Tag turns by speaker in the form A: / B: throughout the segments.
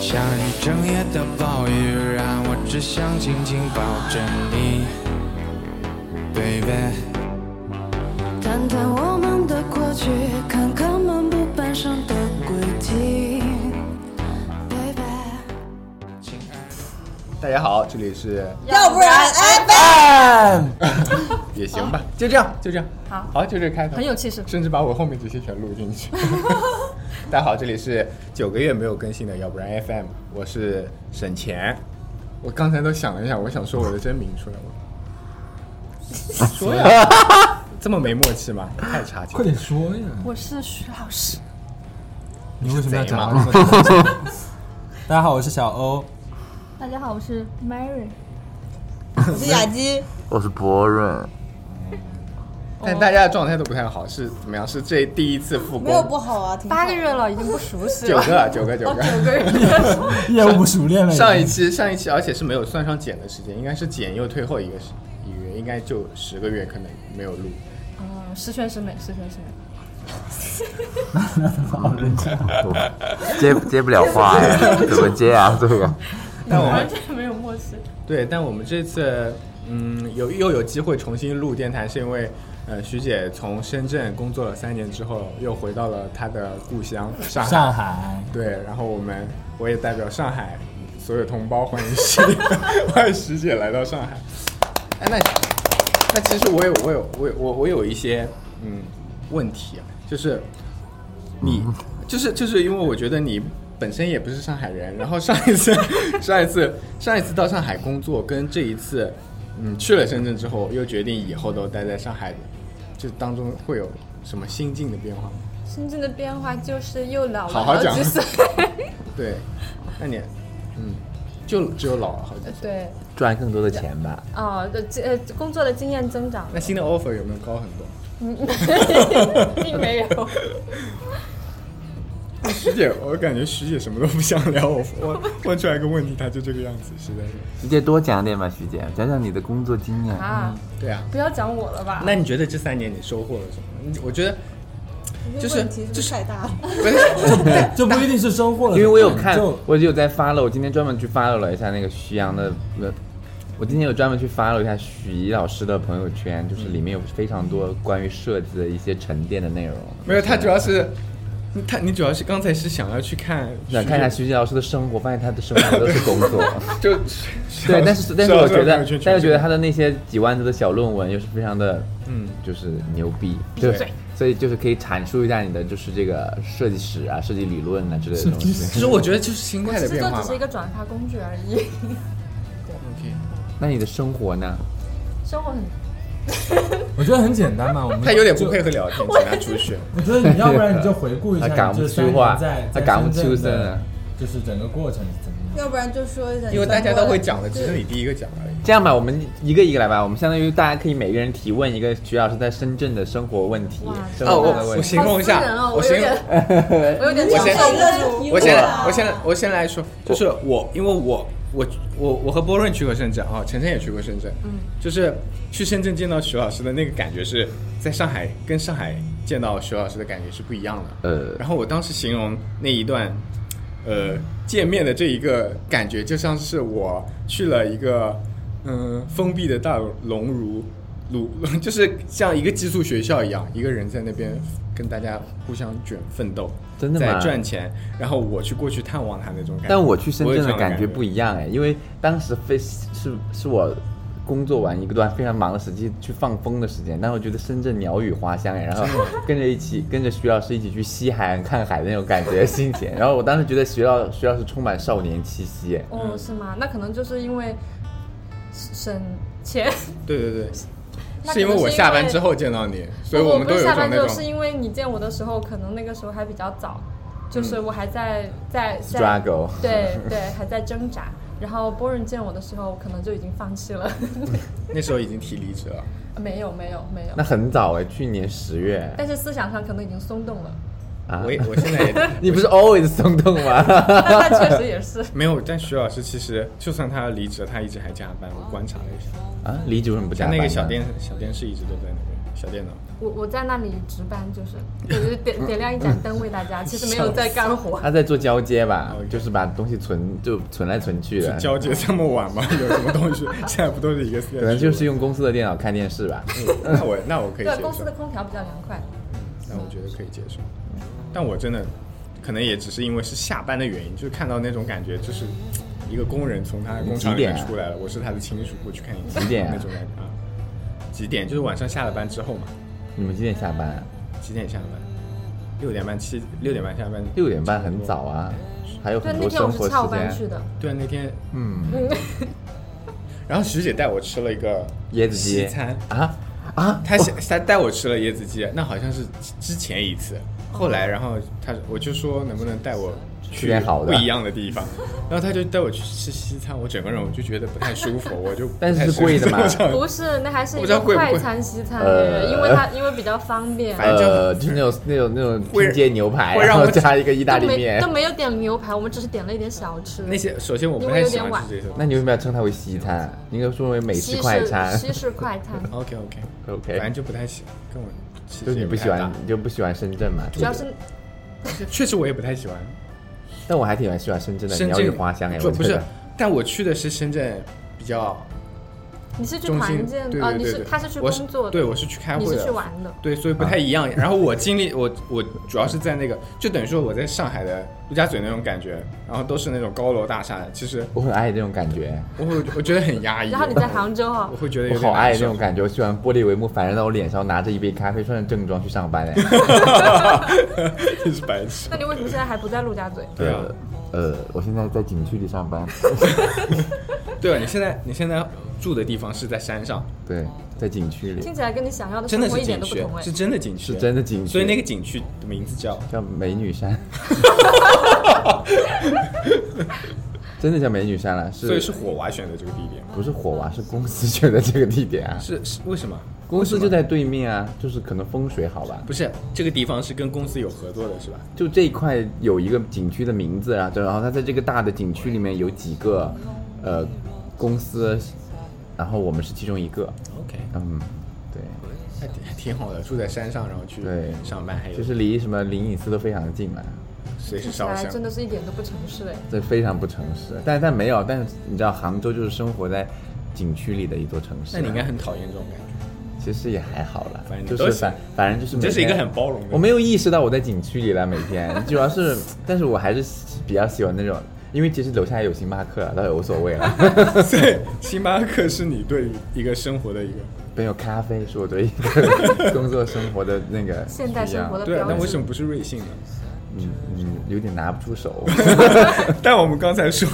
A: 像一整夜的暴雨，让我只想紧紧抱着你，baby。
B: 谈谈我们的过去，看看漫步半生的轨迹。Baby，
C: 大家好，这里是
D: 要不然哎，
C: 也行吧，就这样，就这样，
D: 好
C: 好，就这开头，
D: 很有气势
C: 甚至把我后面这些全录进 去。大家好，这里是九个月没有更新的，要不然 FM，我是沈钱。我刚才都想了一下，我想说我的真名出来吗？说呀， 这么没默契吗？太差劲了，
E: 快点说呀！
D: 我是徐老师。
E: 你为什么要
C: 贼
E: 讲
C: 嘛
E: 话？大家好，我是小欧。
D: 大家好，我是 Mary。
F: 我是雅姬，
G: 我是博润，
C: 但大家的状态都不太好，是怎么样？是这第一次复
F: 没有不
C: 工，
F: 好啊，挺好
D: 八个月了，已经不熟悉
C: 九
D: 了。
C: 个，啊九个，九
D: 哦，
C: 个。
D: 九个月。
E: 业务不熟练了已经。
C: 上一期，上一期，而且是没有算上减的时间，应该是减又退后一个时一个月，应该就十个月可能没有录。
D: 嗯，十全十美，十全十美。
G: 接接不了话呀，怎么接啊？这个
C: 但我们
D: 完全没有默契。
C: 对，但我们这次嗯有又有机会重新录电台，是因为呃徐姐从深圳工作了三年之后，又回到了她的故乡上海。
E: 上海，
C: 对，然后我们我也代表上海所有同胞欢迎徐 欢迎徐姐来到上海。哎，那那其实我有我有我有我我有一些嗯问题啊，就是你就是就是因为我觉得你本身也不是上海人，然后上一次上一次上一次到上海工作，跟这一次嗯去了深圳之后，又决定以后都待在上海的，这当中会有什么心境的变化吗？
D: 深圳的变化就是又老
C: 好
D: 了
C: 好
D: 好
C: 讲
D: 几岁。
C: 对，那你，嗯，就只有老了好几岁。
D: 对，
G: 赚更多的钱吧。
D: 哦，对这呃工作的经验增长
C: 那新的 offer 有没有高很多？
D: 并没有。
C: 徐姐，我感觉徐姐什么都不想聊，我问问出来一个问题，她就这个样子，实在是。
G: 徐姐多讲点吧，徐姐，讲讲你的工作经验。
D: 啊，
C: 对啊，
D: 不要讲我了吧。
C: 那你觉得这三年你收获了什么？你我觉得就是
F: 问题是不是太大了？
C: 不是
E: 这不一定是收获了
G: 因
E: 什么，
G: 为我有看
E: 就，
G: 我有在 follow，我今天专门去 follow 了一下那个徐阳的，呃我今天有专门去 follow 一下徐老师的朋友圈，就是里面有非常多关于设计的一些沉淀的内容。
C: 没有，她主要是，她你主要是刚才是想要去看，
G: 想看一下徐姐老师的生活，发现她的生活都是工 作。
C: 就
G: 对，但是但是我觉得，但是觉得他的那些几万字的小论文又是非常的，
C: 嗯
G: 嗯，就是牛逼，对，所以就是可以阐述一下你的就是这个设计史啊、设计理论啊之类的东
C: 其
G: 西。
C: 实我觉得就是心态
D: 其
C: 的
D: 实
C: 变
D: 这
C: 化
D: 只
C: 吧
D: 是一。个转发工具而已。
C: OK
G: 那你的生活呢？
D: 生活很，
E: 我觉得很简单嘛。我们
C: 她有点不
E: 就
C: 配合聊天，请她出去。
E: 我觉得你要不然你就回顾一下，
G: 他赶不
E: 你这三
G: 出话
E: 年在
G: 他赶不
E: 在深
G: 出
E: 圳
G: 声
E: 的
G: 啊，
E: 就是整个过程是怎么样？
F: 要不然就说一下，
C: 因为大家都会讲的，只是你第一个讲而已。
G: 这样吧，我们一个一个来吧。我们相当于大家可以每个人提问一个徐老师在深圳的生活问题
D: 哇，
G: 生
C: 哦，
G: 活的
C: 我
G: 问
C: 我
G: 题。
C: 形容一下
D: 好私人，哦我
C: 我
D: 有
C: 形容
D: 点我有点
C: 我
D: 承
C: 先
D: 受不住。
C: 我先来
F: 哇
C: 我先来我先来说，就是我，因为我我我我和波润去过深圳啊，晨晨也去过深圳，嗯，就是去深圳见到徐老师的那个感觉是在上海跟上海见到徐老师的感觉是不一样的。
G: 呃
C: 然后我当时形容那一段，呃，见面的这一个感觉，就像是我去了一个嗯、封闭的大熔炉。炉 就是像一个寄宿学校一样，一个人在那边跟大家互相卷奋斗，
G: 真的
C: 在
G: 吗
C: 赚钱，然后我去过去探望他那种感觉。
G: 但我去深圳
C: 有这
G: 的
C: 样的
G: 感觉不
C: 一
G: 一样哎，因为当时非是是我工作完一个段非常忙的时间去放风的时间，但我觉得深圳鸟语花香哎，然后跟着一起 跟着徐老师一起去西海岸看海的那种感觉心情，然后我当时觉得徐老徐老师充满少年气息哎，
D: 哦，是吗？那可能就是因为省钱。
C: 对对对，
D: 那
C: 是因为我下班之后见到你，所以
D: 不
C: 我们都
D: 不
C: 有
D: 是
C: 一
D: 下
C: 种
D: 班之
C: 那
D: 后，是
C: 种
D: 因为你见我的时候，可能那个时候还比较早，就是
C: 嗯
D: 我还在在在
G: Struggle
D: 对对，还在挣扎。然后波润见我的时候，我可能就已经放弃了。
C: 那时候已经提离职了。
D: 没有没有没有
G: 那，很早哎，去年十月
D: 但是思想上可能已经松动了。
G: 啊
C: 哎我，也我现在也
G: 你不是 always 松动吗？
D: 那那确实也是，
C: 没有，但徐老师其实就算他离职了，他一直还加班，我观察了一下，
G: 啊，李主任不加
C: 像
G: 班
C: 那个
G: 呢
C: 小电小电视一直都在那边。小电脑。
D: 我我在那里值班，就是我就是点点亮一盏灯为大 家，其实没有在干活。
G: 他在做交接吧
C: 哦 OK，
G: 就是把东西存就存来存去的，
C: 交接这么晚吗？ 有什么东西？现在不都是一个四点？
G: 可能就是用公司的电脑看电视吧。
C: 那我那我可以接
D: 对，
C: 受，
D: 公司的空调比较凉快。
C: 那我觉得可以接受。
G: 嗯
C: 但我真的可能也只是因为是下班的原因，就是看到那种感觉，就是一个工人从他的工厂
G: 几
C: 里
G: 点
C: 面
G: 啊
C: 出来了，我是他的亲属，我去看一下
G: 几点啊
C: 那种感觉啊。几点？就是晚上下了班之后嘛。
G: 你们几点下班啊？
C: 几点下班？六点半七六点半下班。
G: 六点半很早啊，还有
D: 对，
G: 很
D: 那
G: 多
D: 天我
G: 生
D: 是
G: 活
D: 翘
G: 时
D: 班去
G: 间。
D: 的，
C: 对啊，那天
G: 嗯，
C: 然后徐姐带我吃了一个
G: 椰子鸡
C: 西餐，
G: 啊啊！
C: 她先她带我吃了椰子鸡，那好像是之前一次，后来然后她我就说能不能带我
G: 吃
C: 去
G: 点好的
C: 不一样的地方，然后她就带我去吃西餐，我整个人我就觉得不太舒服，我就不太
G: 但是
C: 适应
G: 贵的嘛
C: 这种
D: 不是，那还是
C: 我
D: 一
C: 知道
D: 个
C: 贵不贵
D: 快餐西餐，
G: 呃
D: 因为它因为比较方 便，
C: 反正就
G: 呃，就是那种那种那种
C: 会
G: 拼接牛排，
C: 会让
G: 然后
C: 我
G: 加一个意大利
D: 都没
G: 面
D: 都。没有点牛排，我们只是点了一点小吃。
C: 那些首先我不
D: 因为
C: 太
D: 有
C: 喜欢
D: 点晚
C: 吃这些。
G: 那你为什么要称它为西餐？应该说为美
D: 西
G: 式快餐。
D: 西式快餐，
C: OK OK，
G: 嗯 OK，
C: 反正就不太喜欢，跟我其实
G: 就是你
C: 也
G: 不
C: 太
G: 喜
C: 搭
G: 欢，你就不喜欢深圳嘛？
D: 主要是
C: 确实我也不太喜欢。
G: 但我还挺喜欢深圳的
C: 深
G: 鸟语
C: 圳
G: 花香哎，
C: 不
G: 我
C: 不
G: 觉
C: 是
G: 得，
C: 但我去的是深圳比较
D: 你是去
C: 中心
D: 团，建
C: 对
D: 啊？
C: 对
D: 你
C: 对
D: 是
C: 对，
D: 他是去
C: 我是
D: 工作的，
C: 对我是去开
D: 你
C: 会
D: 是
C: 的，
D: 去玩的。
C: 对，所以
G: 啊
C: 不太一样。然后我经历，我我主要是在那个，就等于说我在上海的陆家嘴那种感觉，然后都是那种高楼大厦，其实
G: 我很爱这种感觉，
C: 我会我觉得很压抑。
D: 然后你在杭州啊哈
C: 我，会觉得
G: 我
C: 有点
G: 好
C: 难
G: 爱那
C: 受
G: 种感觉。我喜欢玻璃帷幕反射到我脸上，拿着一杯咖啡，穿着正装去上班哎。
C: 你是白痴。
D: 那你为什么现在还不在陆家嘴？
C: 对啊，
G: 呃，我现在在景区里 上班，
C: 对啊，你现在你现在住的地方是在山上，
G: 对，在景区里
D: 听起来跟你想要的
C: 真
D: 生
C: 的
D: 活
C: 是
D: 一点
C: 景
D: 都不
C: 区
D: 同，哎
C: 是。真的景区，
G: 是真的景区，
C: 所以那个景区的名字叫
G: 叫美 女山，真的叫美女山了，
C: 所以
G: 是
C: 是火娃选的这个地点吗？
G: 不是火娃？是公司选的这个地点啊，
C: 是是为什么？
G: 公司就在对面啊，就是可能风水好吧，
C: 不是这个地方是跟公司有合作的，是吧？
G: 就这一块有一个景区的名字啊，就然后它在这个大的景区里面有几个呃公司，然后我们是其中一个，
C: OK，
G: 嗯，对，
C: 还挺还挺好的，住在山上，然后去
G: 对
C: 上班，还有
G: 就是离什么灵隐寺都非常近了。
C: 随时
D: 听起
C: 烧
D: 来
C: 香
D: 真。的是一点都不城市哎，
G: 这非常不诚实，但但没有，但是你知道杭州就是生活在景区里的一座城市，
C: 那你应该很讨厌这种感 觉。
G: 其实也还好啦，
C: 反正
G: 就
C: 都
G: 是
C: 行
G: 反反正就是每
C: 这
G: 天
C: 是一个很包容的
G: 我没有意识到我在景区里了，每天主要 是，但是我还是比较喜欢那种，因为其实楼下也有星巴克，倒也无所谓了，
C: 所以星巴克是你对一个生活的一个
G: 没有咖啡是我对一个工作生活的那个
D: 现代生活的
G: 需
C: 对啊
D: 标，
C: 那为
D: 志。
C: 什么不是瑞幸呢？
G: 要嗯嗯有点拿不出手，
C: 但我们刚才说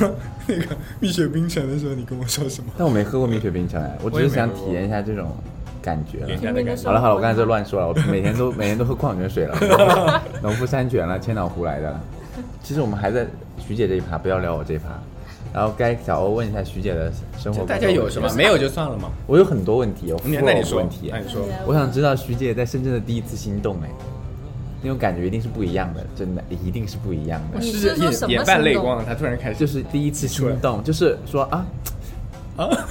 C: 那个蜜雪冰城的时候，你跟我说什么？
G: 但我没喝过蜜雪冰城哎，我只
C: 我也
G: 是
C: 没
G: 想
C: 喝过
G: 体验一下这种感觉了
C: 人。家的感觉
G: 好了好了，我刚才都乱说了，我 每天都每天都喝矿泉水了， 农夫山泉了，千岛湖来的了。其实我们还在徐姐这一趴，不要聊我这一趴。然后该小欧问一下徐姐的生活，
C: 大家有什么？？没有就算了嘛。
G: 我有很多问题，我
C: 你
G: 有
C: 那你说
G: 问，题啊
C: 那。你说，
G: 我想知道徐姐在深圳的第一次心动，哎，那种感觉一定是不一样的，真的一定是不一样的
D: 你。
C: 是
D: 是说什
C: 眼眼
D: 么
C: 泛泪
D: 行动
C: 光了，他突然开始
G: 就是第一次心动，就是说啊，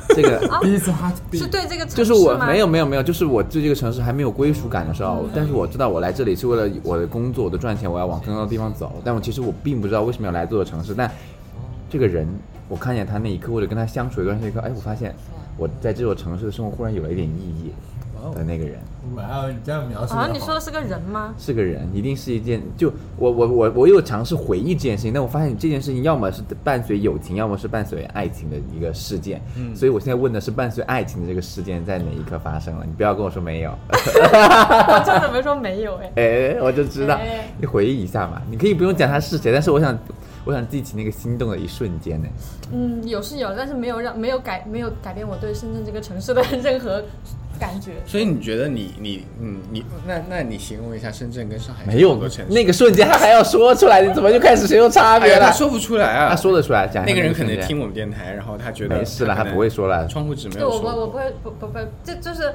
G: 这个
E: 第一次 hot
D: 是
E: beat，
D: 对这个城
G: 就
D: 市
G: 是我
D: 吗
G: 没有没有没有，就是我对这个城市还没有归属感的时
D: 嗯
G: 候，但是我知道我来这里是为了我的工作，我的赚钱，我要往更高的地方走。但我其实我并不知道为什么要来这座城市。但这个人，我看见他那一刻，或者跟他相处一段时间一刻，哎，我发现我在这座城市的生活忽然有了一点意义的那个人。
E: 哇哦，你这样描述得好，
D: 啊？你说的是个人吗？
G: 是个人，一定是一件就我我我我有尝试回忆这件事情，但我发现这件事情要么是伴随友情，要么是伴随爱情的一个事件。嗯，所以我现在问的是伴随爱情的这个事件在哪一刻发生了？你不要跟我说没有，
D: 我就准备说没有哎。
G: 哎，我就知道
D: 哎，
G: 你回忆一下嘛。你可以不用讲他是谁，但是我想我想记起那个心动的一瞬间呢。
D: 嗯，有是有，但是没有让没有改没有改变我对深圳这个城市的 任何感觉。
C: 所以你觉得你你嗯你那那你形容一下深圳跟上海
G: 没有
C: 哎多城市
G: 那个瞬间，他还要说出来，你怎么就开始形容差
C: 哎
G: 别
C: 呀，
G: 了？
C: 他说不出来啊，
G: 他说得出来，讲一
C: 那
G: 下
C: 个人可
G: 瞬
C: 能
G: 间
C: 听我们电台，然后他觉得
G: 没事了，
C: 他可
G: 他
C: 能
G: 不会说了。
C: 窗户纸没
D: 对，
C: 有说
D: 我不我不
C: 过，
D: 会不不不，这就是。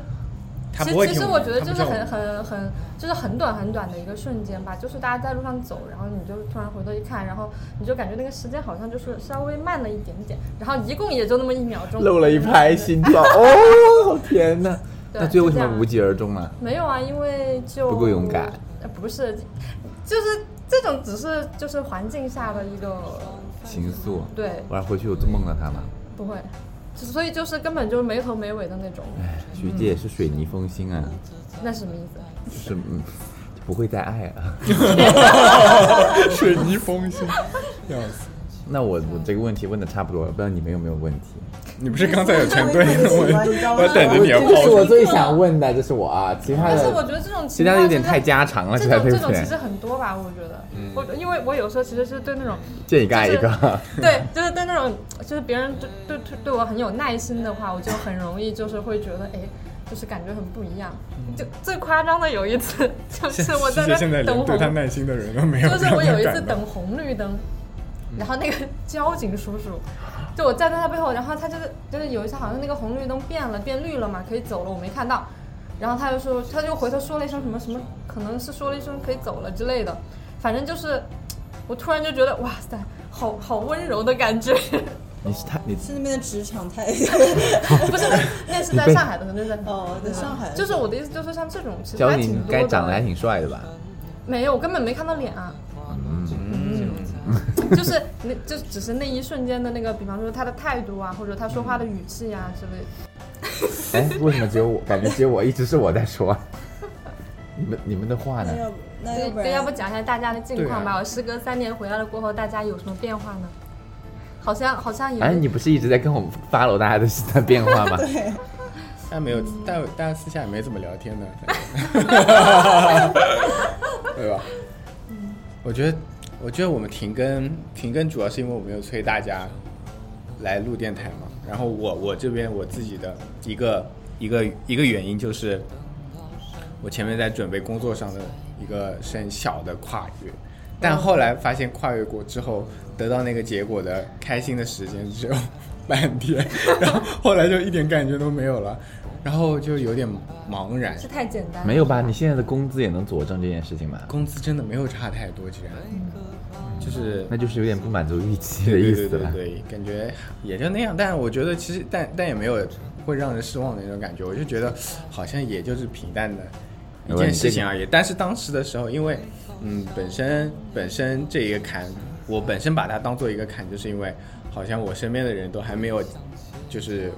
C: 他
D: 其
C: 不会
D: 实其
C: 听
D: 实
C: 我
D: 我
C: 们
D: 觉
C: 的
D: 得就
C: 他不知
D: 是
C: 道我
D: 很
C: 们
D: 很很，就是很短很短的一个瞬间吧，就是大家在路上走，然后你就突然回头一看，然后你就感觉那个时间好像就是稍微慢了一点点，然后一共也就那么一秒 钟，
G: 漏了一拍心跳，哦，天哪！
D: 对
G: 那最后为什
D: 就这
G: 么
D: 样
G: 无疾而终了？
D: 没有啊，因为就
G: 不够勇敢
D: 呃，不是，就是这种只是就是环境下的一个
G: 情愫。
D: 对，
G: 我要回去我做梦了他吗？
D: 不会，就所以就是根本就没头没尾的那种，
G: 哎，徐姐也是水泥封心啊，
D: 那什么意思？
G: 就是嗯，就不会再爱了。
C: 水泥封心。笑死！
G: 那我我这个问题问的差不多了，不知道你们有没有问题？
C: 你不是刚才有全对
F: 我以为你喜
C: 吗
F: 欢你知道？吗
C: 我等着你要
G: 这个
C: 抛
G: 是
C: 出
G: 我最想问的，这是我啊，其他
D: 但是我
G: 的
D: 觉得这种
G: 其
D: 情
G: 他
D: 况
G: 的有点
D: 其实
G: 太家常了，
D: 这
G: 实在
D: 种
G: 对
D: 这
G: 不
D: 种
G: 对
D: 其？实很多吧，我觉得，
C: 嗯
D: 我因为我有时候其实是对 那种，
G: 见一个爱一个，
D: 对，就是对那种，就是别人对对对对我很有耐心的话，我就很容易就是会觉得，哎，就是感觉很不一样。就最夸张的有一次，就是我在
C: 嗯徐姐现
D: 那
C: 在
D: 等
C: 连对
D: 红
C: 他耐心的人都没有。
D: 就是我有一次
C: 感到嗯
D: 等红绿灯，然后那个交警叔叔，就我站在他背后，然后他就是就是有一次好像那个红绿灯变了，变绿了嘛，可以走了，我没看到。然后他就说，他就回头说了一声什么什么，可能是说了一声可以走了之类的，反正就是，我突然就觉得哇塞，好好温柔的感觉。
G: 你是他你
F: 是那边的职场太
D: 不是，那是在
G: 你被
D: 上海的，那是在
F: 哦，在上海
D: 就是我的意思，就是像这种其实
G: 交
D: 还
G: 警
D: 挺多
G: 该
D: 的。
G: 长得还挺帅的吧？
D: 没有，我根本没看到脸啊。嗯，就是那，就只是那一瞬间的那个，比方说他的态度啊，或者他说话的语气啊之类的。
G: 哎，为什么只有我？感觉只有我一直是我在说。 你们你们的话
F: 那
G: 呢？
F: 要不那要不
D: 对，
F: 然
D: 要不讲一下大家的近况吧。
C: 对啊
D: 我时隔三年回来了过后，大家有什么变化呢？好像好像也
G: 哎，你不是一直在跟我发楼大家的的变化吗？
F: 对，
C: 但没有，但大家私下也没怎么聊天的，对吧？我觉得，我觉得我们停更，停更主要是因为我没有催大家来录电台嘛。然后我我这边我自己的一个一个一个原因就是，我前面在准备工作上的一个是很小的跨越，但后来发现跨越过之后，得到那个结果的开心的时间 只有半天，然后后来就一点感觉都没有了，然后就有点茫然。
D: 是太简单了，
G: 没有吧？你现在的工资也能佐证这件事情吧？
C: 工资真的没有差太多，居然，就是
G: 那就是有点不满足预期的
C: 对对
G: 意思
C: 对
G: 了。
C: 对，感觉也就那样。但我觉得其实，但但也没有会让人失望的那种感觉。我就觉得好像也就是平淡的一件事情而已。但是当时的时候，因为嗯，本身本身这一个坎，我本身把它当做一个坎，就是因为好像我身边的人都还没有就是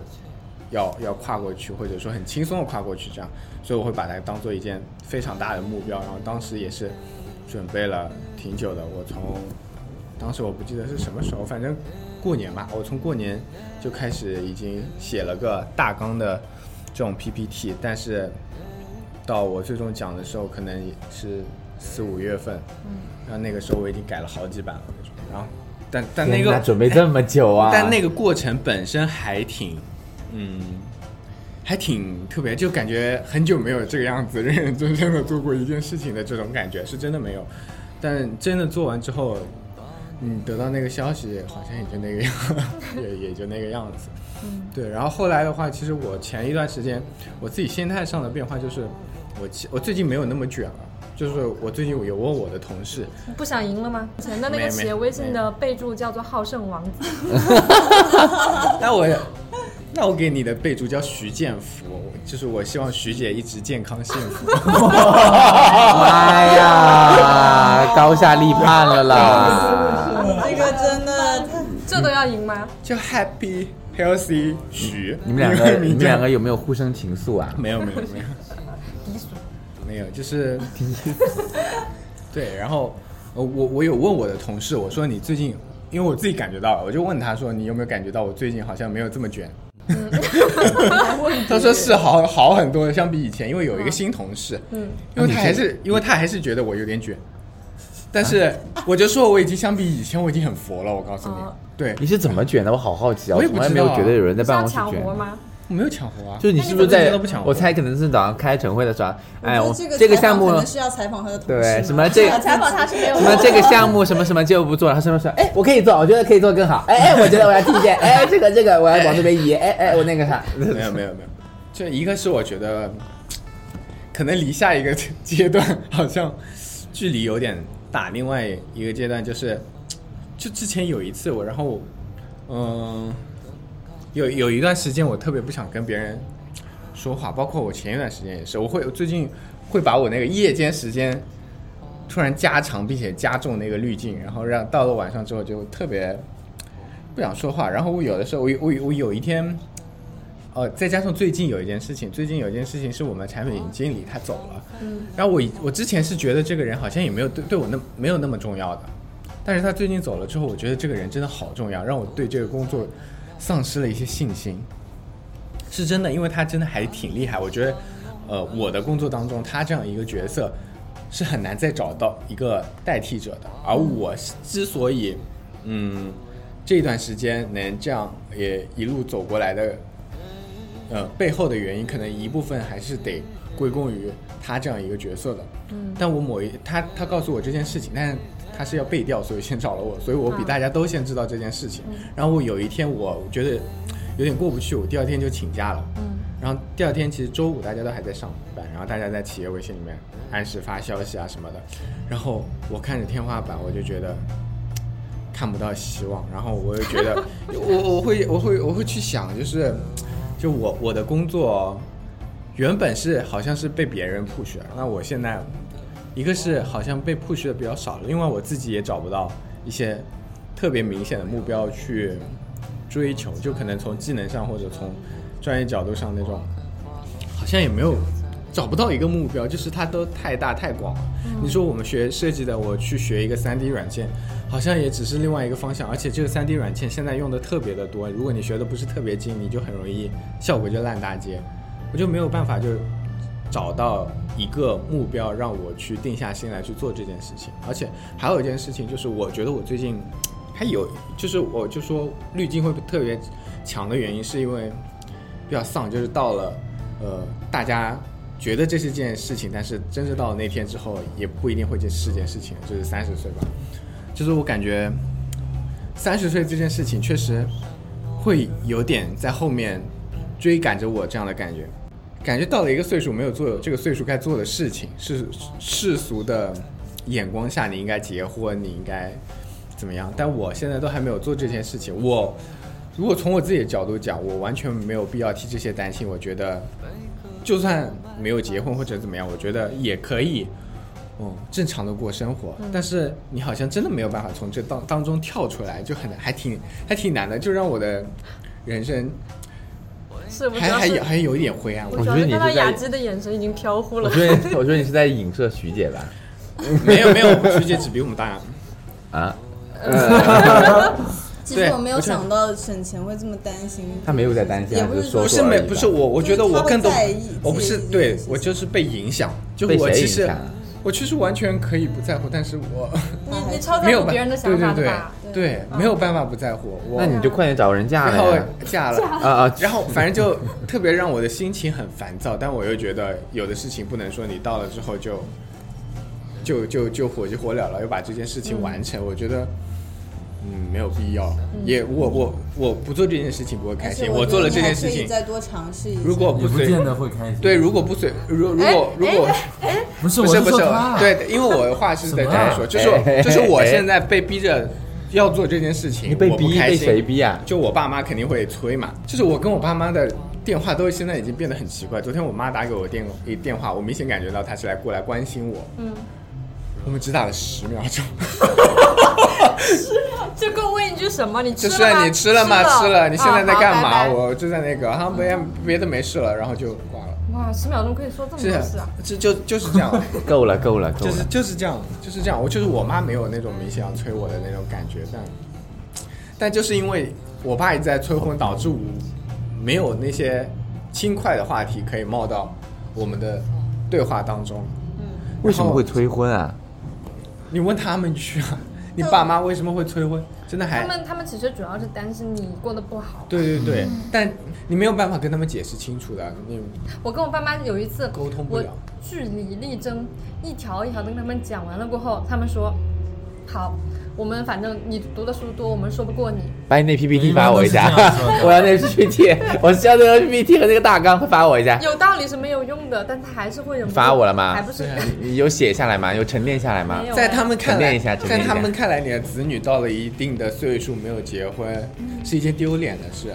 C: 要要跨过去，或者说很轻松的跨过去这样，所以我会把它当做一件非常大的目标。然后当时也是准备了挺久的，我从当时我不记得是什么时候，反正过年嘛，我从过年就开始已经写了个大纲的这种 PPT，但是到我最终讲的时候，可能也是四五月份，嗯，然后那个时候我已经改了好几版了那种，然后但但那
G: 天哪
C: 个
G: 准备这么久啊？
C: 但那个过程本身还挺，嗯，还挺特别，就感觉很久没有这个样子认认真真的做过一件事情的这种感觉，是真的没有。但真的做完之后，你得到那个消息，好像也就那个样，也也就那个样子。对，然后后来的话，其实我前一段时间我自己心态上的变化就是，我其我最近没有那么卷了，就是我最近有问我的同事，
D: 不想赢了吗？以前的那
C: 没
D: 个企业
C: 没
D: 微信的备注叫做“好胜王子
C: 那我，那我给你的备注叫徐建福，就是我希望徐姐一直健康幸 福。
G: 妈哎呀，高下立判了啦！
F: 这个真的”，
D: 这都要赢吗？
C: 就 Happy Healthy 徐，
G: 你们两
C: 因
G: 个，
C: 为
G: 你
C: 名
G: 们
C: 叫
G: 两个有没有互生情愫啊？
C: 没有没有没有，没有就是 对，然后呃我我有问我的同事，我说你最近，因为我自己感觉到了，我就问他说你有没有感觉到我最近好像没有这么卷。 他说是好好很多，相比以前，因为有一个新同事，嗯，因为他还是因为他还是觉得我有点卷，但是我就说我已经相比以前我已经很佛了，我告诉你
D: 哦，
C: 对，
G: 你是怎么卷的？我好好奇啊！
C: 我也不
G: 从来
C: 知
G: 没
C: 道啊
G: 有觉得有人在
D: 是要
G: 办公室
D: 抢
G: 卷
D: 活。吗？
C: 我没有抢活啊，
G: 就是你是不是
C: 你
G: 在
C: 怎么都不抢？活
G: 我猜可能是早上开晨会的时候，哎，
F: 我
G: 我
F: 觉得
G: 这
F: 个
G: 个
F: 采
G: 项
F: 访
G: 目
F: 可能是要采访他的同事
G: 对
F: 嘛，
G: 什么这个
F: 啊采访他是没有
G: 什么这个项目什么什么就不做了，他什么说，哎，我可以做，我觉得可以做更好，哎 哎，我觉得我要替件，哎，这个这个我要往这边移，哎哎，我那个啥，
C: 没有没有没有，就一个是我觉得，可能离下一个阶段好像距离有点大，另外一个阶段就是，就之前有一次我，然后嗯、有有一段时间我特别不想跟别人说话，包括我前一段时间也是，我会我最近会把我那个夜间时间突然加长，并且加重那个滤镜，然后让到了晚上之后就特别不想说话。然后我有的时候，我我我有一天，呃，再加上最近有一件事情，最近有一件事情是我们产品经理他走了，然后我以我之前是觉得这个人好像也没有对对我那没有那么重要的，但是他最近走了之后，我觉得这个人真的好重要，让我对这个工作丧失了一些信心。是真的，因为他真的还挺厉害。我觉得，呃，我的工作当中，他这样一个角色是很难再找到一个代替者的。而我是之所以，嗯，这段时间能这样也一路走过来的，呃，背后的原因，可能一部分还是得归功于他这样一个角色的。嗯，但我某一他他告诉我这件事情，但是他是要背调，所以先找了我，所以我比大家都先知道这件事情。然后我有一天我觉得有点过不去，我第二天就请假了。嗯，然后第二天其实周五大家都还在上班，然后大家在企业微信里面按时发消息啊什么的，然后我看着天花板，我就觉得。看不到希望，然后我又觉得，我我会我会我会去想，就是，就我我的工作原本是好像是被别人 push，的那我现在一个是好像被 push 的比较少了，另外我自己也找不到一些特别明显的目标去追求，就可能从技能上或者从专业角度上那种，好像也没有找不到一个目标，就是它都太大太广了。你说我们学设计的，我去学一个 3D 软件，好像也只是另外一个方向，而且这个 3D 软件现在用的特别的多，如果你学的不是特别精，你就很容易效果就烂大街。我就没有办法就找到一个目标让我去定下心来去做这件事情。而且还有一件事情就是，我觉得我最近还有就是我就说滤镜会特别强的原因，是因为比较丧，就是到了呃大家。觉得这是件事情，但是真正到了那天之后，也不一定会这是件事情，就是三十岁吧。就是我感觉三十岁这件事情确实会有点在后面追赶着我这样的感觉，感觉到了一个岁数没有做这个岁数该做的事情，是世俗的眼光下你应该结婚，你应该怎么样？但我现在都还没有做这件事情，我。如果从我自己的角度讲，我完全没有必要替这些担心。我觉得，就算没有结婚或者怎么样，我觉得也可以哦，正常的过生活，但是你好像真的没有办法从这当当中跳出来，就很难，还挺还挺难的，就让我的人生
D: 是我主
C: 还
D: 要
C: 还有
D: 是
C: 还有一点灰暗。我
D: 我主
G: 觉
D: 要
G: 得
D: 是
G: 你
D: 看到
G: 是在
D: 雅芝的眼神已经飘忽
G: 我
D: 了。
G: 觉得你，我觉得你是在影射徐姐吧？
C: 没有没有，徐姐只比我们大，
G: 啊，
F: 其实我没有想到省钱会这么担心，
G: 她没有在担心，
F: 也
G: 她
F: 不
G: 只
F: 是
G: 说
C: 不
G: 说
C: 是
G: 而
C: 没
G: 已
C: 不
G: 吧
C: 是我，我觉得我更懂
F: 就是他会在意，
C: 我不是
F: 介意这
C: 对
F: 件事情
C: 我就是被影响，就
G: 被
C: 我
G: 谁
C: 其
G: 影
C: 实
G: 响啊
C: 我其实完全可以不在乎，但是我。
D: 你你超在
C: 没有
D: 乎
C: 办
D: 别人的想法
C: 对对
D: 的吧？
C: 对对，没有办法不在乎我。
G: 那你就快点找人嫁
C: 然后
G: 了呀。
C: 嫁了，
G: 啊啊！
C: 然后反正就特别让我的心情很烦躁，但我又觉得有的事情不能说你到了之后就就就就火急火燎了，要把这件事情完成。我觉得。嗯，没有必要。也我我我不做这件事情不会开
F: 而
C: 心。
F: 且
C: 我
F: 哎我
C: 做了这
F: 觉得
C: 件
F: 你还
C: 事
F: 可以
C: 情，
F: 再多尝试一下。
C: 如果
E: 也
C: 不
E: 不
C: 随
E: 见得会开心。
C: 对，如果不随如
F: 哎
C: 如果如果
G: 哎
E: 不是我
C: 不是
E: 是
C: 不
E: 说
C: 是
E: 他，，
C: 对，因为我的话是在这样说，就
G: 什
C: 是
G: 么啊
C: 我就是我
G: 哎
C: 现在被逼着要做这件事情，
G: 你被
C: 我不
G: 逼
C: 开
G: 被
C: 心
G: 谁逼啊？
C: 就我爸妈肯定会催嘛，就是我跟我爸妈的电话都现在已经变得很奇怪。昨天我妈打给我电一电话，我明显感觉到她是来过来关心我。嗯，我们只打了十秒 钟，
D: 就跟我问一句什么？你吃
C: 就
D: 了
C: 是
D: 吗？
C: 你吃了吗？吃了，你现在在
D: 啊
C: 干
D: 好
C: 嘛？
D: 拜拜
C: 我就在那个，好像别别的没事了，然后就挂了。
D: 哇，十秒钟可以说这
C: 嗯
D: 么
C: 是
D: 多事啊！，
C: 这就就是这样。
G: 够了，够了，够
C: 就是
G: 了。
C: 就是这样，就是这样。我就是我妈没有那种明显要催我的那种感觉，但但就是因为我爸一直在催婚，导致我没有那些轻快的话题可以冒到我们的对话当中。
G: 嗯为什么会催婚啊？
C: 你问他们去 啊，你爸妈为什么会催婚？真的还
D: 他们他们其实主要是担心你过得不好。
C: 对对
G: 嗯
C: 对，但你没有办法跟他们解释清楚的，你
D: 我跟我爸妈有一次
C: 沟通不
D: 我
C: 了
D: 据理力争，一条一条的跟他们讲完了过后，他们说好，我们反正你读的书多，我们说不过你。
G: 把你那 PPT 发我一下
E: 你们都 是这样说，的
G: 我要那 PPT，我需要那个 PPT 和那个大纲，快发我一下。
D: 有道理是没有用的，但他还是会忍不住。
G: 发我了吗
D: 还不是
C: 对啊
G: 你有写下来吗？有沉淀下来吗
D: 没？有啊
C: 在他们看
G: 沉
C: 来，
G: 淀一下沉
C: 在
G: 淀一下
C: 他
G: 嗯
C: 们看来，你的子女到了一定的岁数没有结婚，是一件丢脸的事。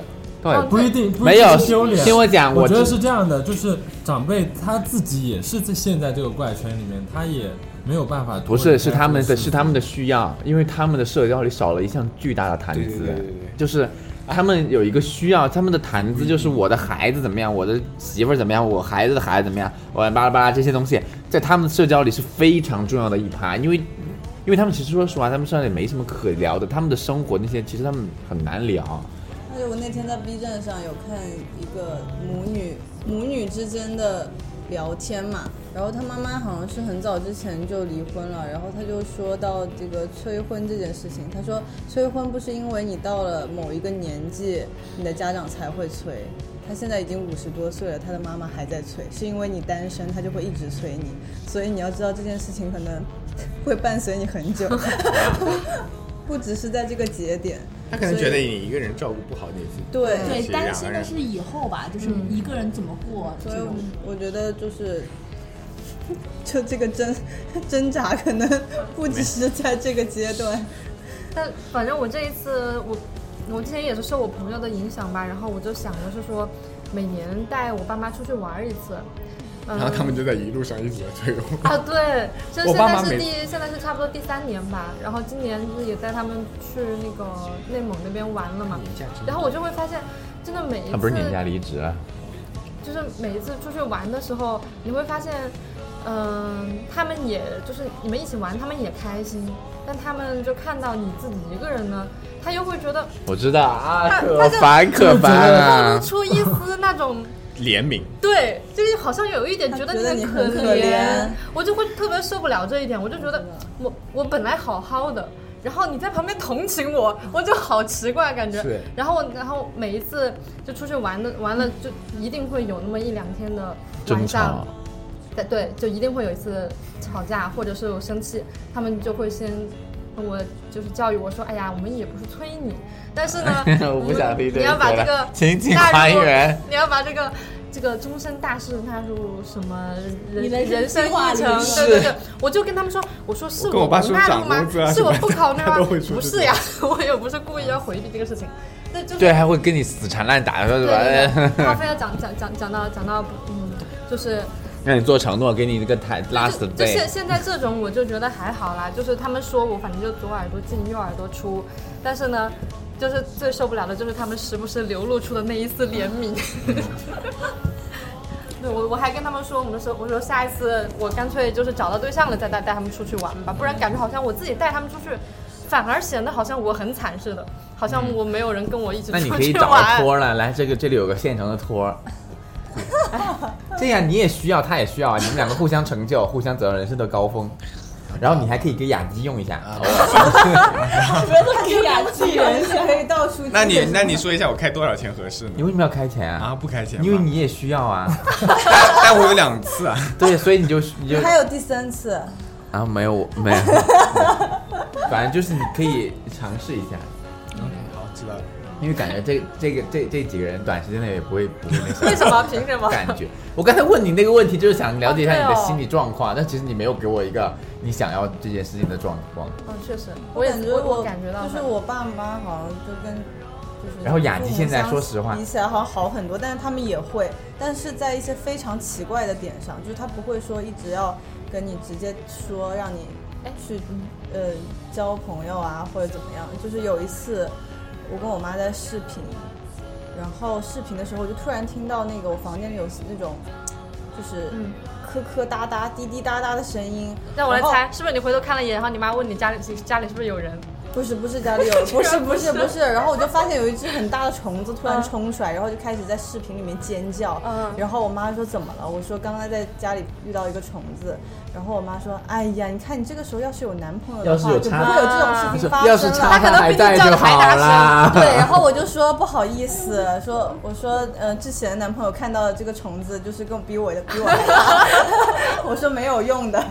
G: 倒也
E: 不一定，不一定
G: 没有
E: 是丢脸。
G: 听我讲
E: 我
G: 我
E: 觉得
G: 知
E: 是这样的，就是长辈他自己也是在现在这个怪圈里面，他也没有办法脱
G: 不
E: 离
G: 是，
E: 开
G: 是
E: 这个
G: 他们
E: 事
G: 的，是
E: 情
G: 他们的需要，因为他们的社交里少了一项巨大的谈
C: 对对
G: 资
C: 对对对，
G: 就是啊他们有一个需要，他们的谈资就是我的孩子怎么样，我的媳妇儿怎么样，我孩子的孩子怎么样，我巴拉巴拉这些东西，在他们的社交里是非常重要的一趴，因为。因为他们其实说实话，他们身上也没什么可聊的，他们的生活那些其实他们很难聊。
F: 而哎且我那天在 B 站上有看一个母女母女之间的聊天嘛，然后她妈妈好像是很早之前就离婚了，然后她就说到这个催婚这件事情，她说催婚不是因为你到了某一个年纪，你的家长才会催。她现在已经五十多岁了，她的妈妈还在催，是因为你单身，她就会一直催你。所以你要知道这件事情可能会伴随你很久， 不只是在这个节点。
C: 他可能
F: 所以
C: 觉得你一个人照顾不好你自己，
F: 对
H: 对，
C: 是
H: 担
C: 两
H: 心
C: 个
H: 的
C: 人
H: 是以后吧，就是一个人怎么过
D: 啊
H: 这
F: 所以
H: 种。
F: 我觉得就是， 就这个挣挣扎，可能不只是在这个阶段。
D: 但反正我这一次，我我之前也是受我朋友的影响吧，然后我就想的是说，每年带我爸妈出去玩一次。嗯、
C: 然后他们就在一路上一直在推我。
D: 啊，对，就
C: 我
D: 现
C: 爸
D: 在
C: 妈
D: 是
C: 每
D: 第现在是差不多第三年吧，然后今年就是也带他们去那个内蒙那边玩了嘛，
C: 嗯
D: 然后我就会发现，真的每一次
C: 啊
G: 他不是年假离职了，
D: 就是每一次出去玩的时候，你会发现，嗯、他们也就是你们一起玩，他们也开心，但他们就看到你自己一个人呢，他又会觉得
G: 我知道啊，
D: 他
G: 可
D: 他就
G: 烦可烦
D: 露
G: 啊！
D: 出一丝那 种。
C: 怜悯，
D: 对，就是好像有一点觉得
F: 他觉得你
D: 很
F: 很可怜嗯
D: 我就会特别受不了这一点，我就觉得我我本来好好的，然后你在旁边同情我，
F: 嗯
D: 我就好奇怪感觉
C: 是。
D: 然后我然后每一次就出去玩的完了，就一定会有那么一两天的
G: 争
D: 晚上
G: 吵，，，
D: 对对，就一定会有一次吵架，或者是我生气，他们就会先。我就是教育我说，哎呀，我们也不是催你，但是呢
G: 我不想听这
D: 你要把
G: 些
D: 这
G: 了
D: 个
G: 情景
D: 纳入
G: 还原。
D: 你要把这个这个终身大事纳入什么人
H: 你的
D: 人生
H: 计划
D: 议
H: 里
D: 程？
H: 面
D: 对对对，我就跟他们说，我说是
C: 我跟我爸
D: 不
C: 说
D: 纳入
C: 长
D: 吗
C: 工资啊？
D: 是我
C: 什么
D: 不 考虑
C: 他
D: 吗
C: 都会？说
D: 不
C: 这
D: 是呀， 我也不是故意要回避这个事情，那就是
G: 对，还会跟你死缠烂打，说
D: 对
G: 什
D: 对
G: 么？
D: 对，他非要讲讲讲讲到讲到嗯，就是
G: 让你做承诺，给你那个台拉
D: 就
G: 死
D: 就
G: 背
D: 现。现在这种我就觉得还好啦，就是他们说我反正就左耳朵进右耳朵出，但是呢，就是最受不了的就是他们时不时流露出的那一丝怜悯。 对我我还跟他们说，我们说我说下一次我干脆就是找到对象了再带带他们出去玩吧，不然感觉好像我自己带他们出去，反而显得好像我很惨似的，好像我没有人跟我一起
G: 嗯那你
D: 出
G: 可以
D: 去
G: 找个
D: 玩。
G: 托儿了，来这个这里有个现成的 托儿。这样你也需要，他也需要啊，你们两个互相成就，互相走到人生的高峰。然后你还可以给雅姬用一下，
C: 啊
F: 给雅纪人是可以到处
C: 那你那你说一下，我开多少钱合适
G: 你
C: 呢？
G: 为什么要开钱啊？
C: 啊，不开钱吧，
G: 因为你也需要啊。
C: 但但我有两次啊，
G: 对，所以你就你就
F: 还有第三次，
G: 啊没有我没有， 反正就是你可以尝试一下，
C: 好知道了。
G: 因为感觉这这个这这几个人短时间内也不会不会那啥。
D: 为什么？凭什么？
G: 感觉。我刚才问你那个问题，就是想了解一下
D: 哦对
G: 你
D: 哦
G: 的心理状况，但其实你没有给我一个你想要这件事情的状况。
D: 嗯，确实，我也
F: 感觉
D: 我感觉到
F: 就是
D: 了
F: 我爸妈好像就跟就是
G: 然后雅集现在
F: 父
G: 说
F: 母相
G: 实话
F: 比起来好像好很多，但是他们也会，但是在一些非常奇怪的点上，就是他不会说一直要跟你直接说让你
D: 哎
F: 去
D: 嗯
F: 呃交朋友啊或者怎么样，就是有一次我跟我妈在视频，然后视频的时候我就突然听到那个我房间里有那种就是
D: 嗯
F: 磕磕哒哒滴滴答答的声音，
D: 让我来
F: 然后
D: 猜，是不是你回头看了一眼，然后你妈问你家里家里是不是有人？
F: 不是不是家里 有，不是不是不嗯是，然后我就发现有一只很大的虫子突然冲出来，然后就开始在视频里面尖叫，
D: 嗯
F: 然后我妈说怎么了？我说刚刚在家里遇到一个虫子，然后我妈说，哎呀，你看你这个时候要是有男朋友的
G: 要是
F: 话，
G: 有
F: 就不
G: 插啊
F: 会有这种事情发
G: 要是
F: 生
G: 插
F: 了。
G: 他还在就好啦。
F: 对，然后我就说不好意思，说我说呃之前男朋友看到的这个虫子就是更比我的比我还大， 我说没有用的，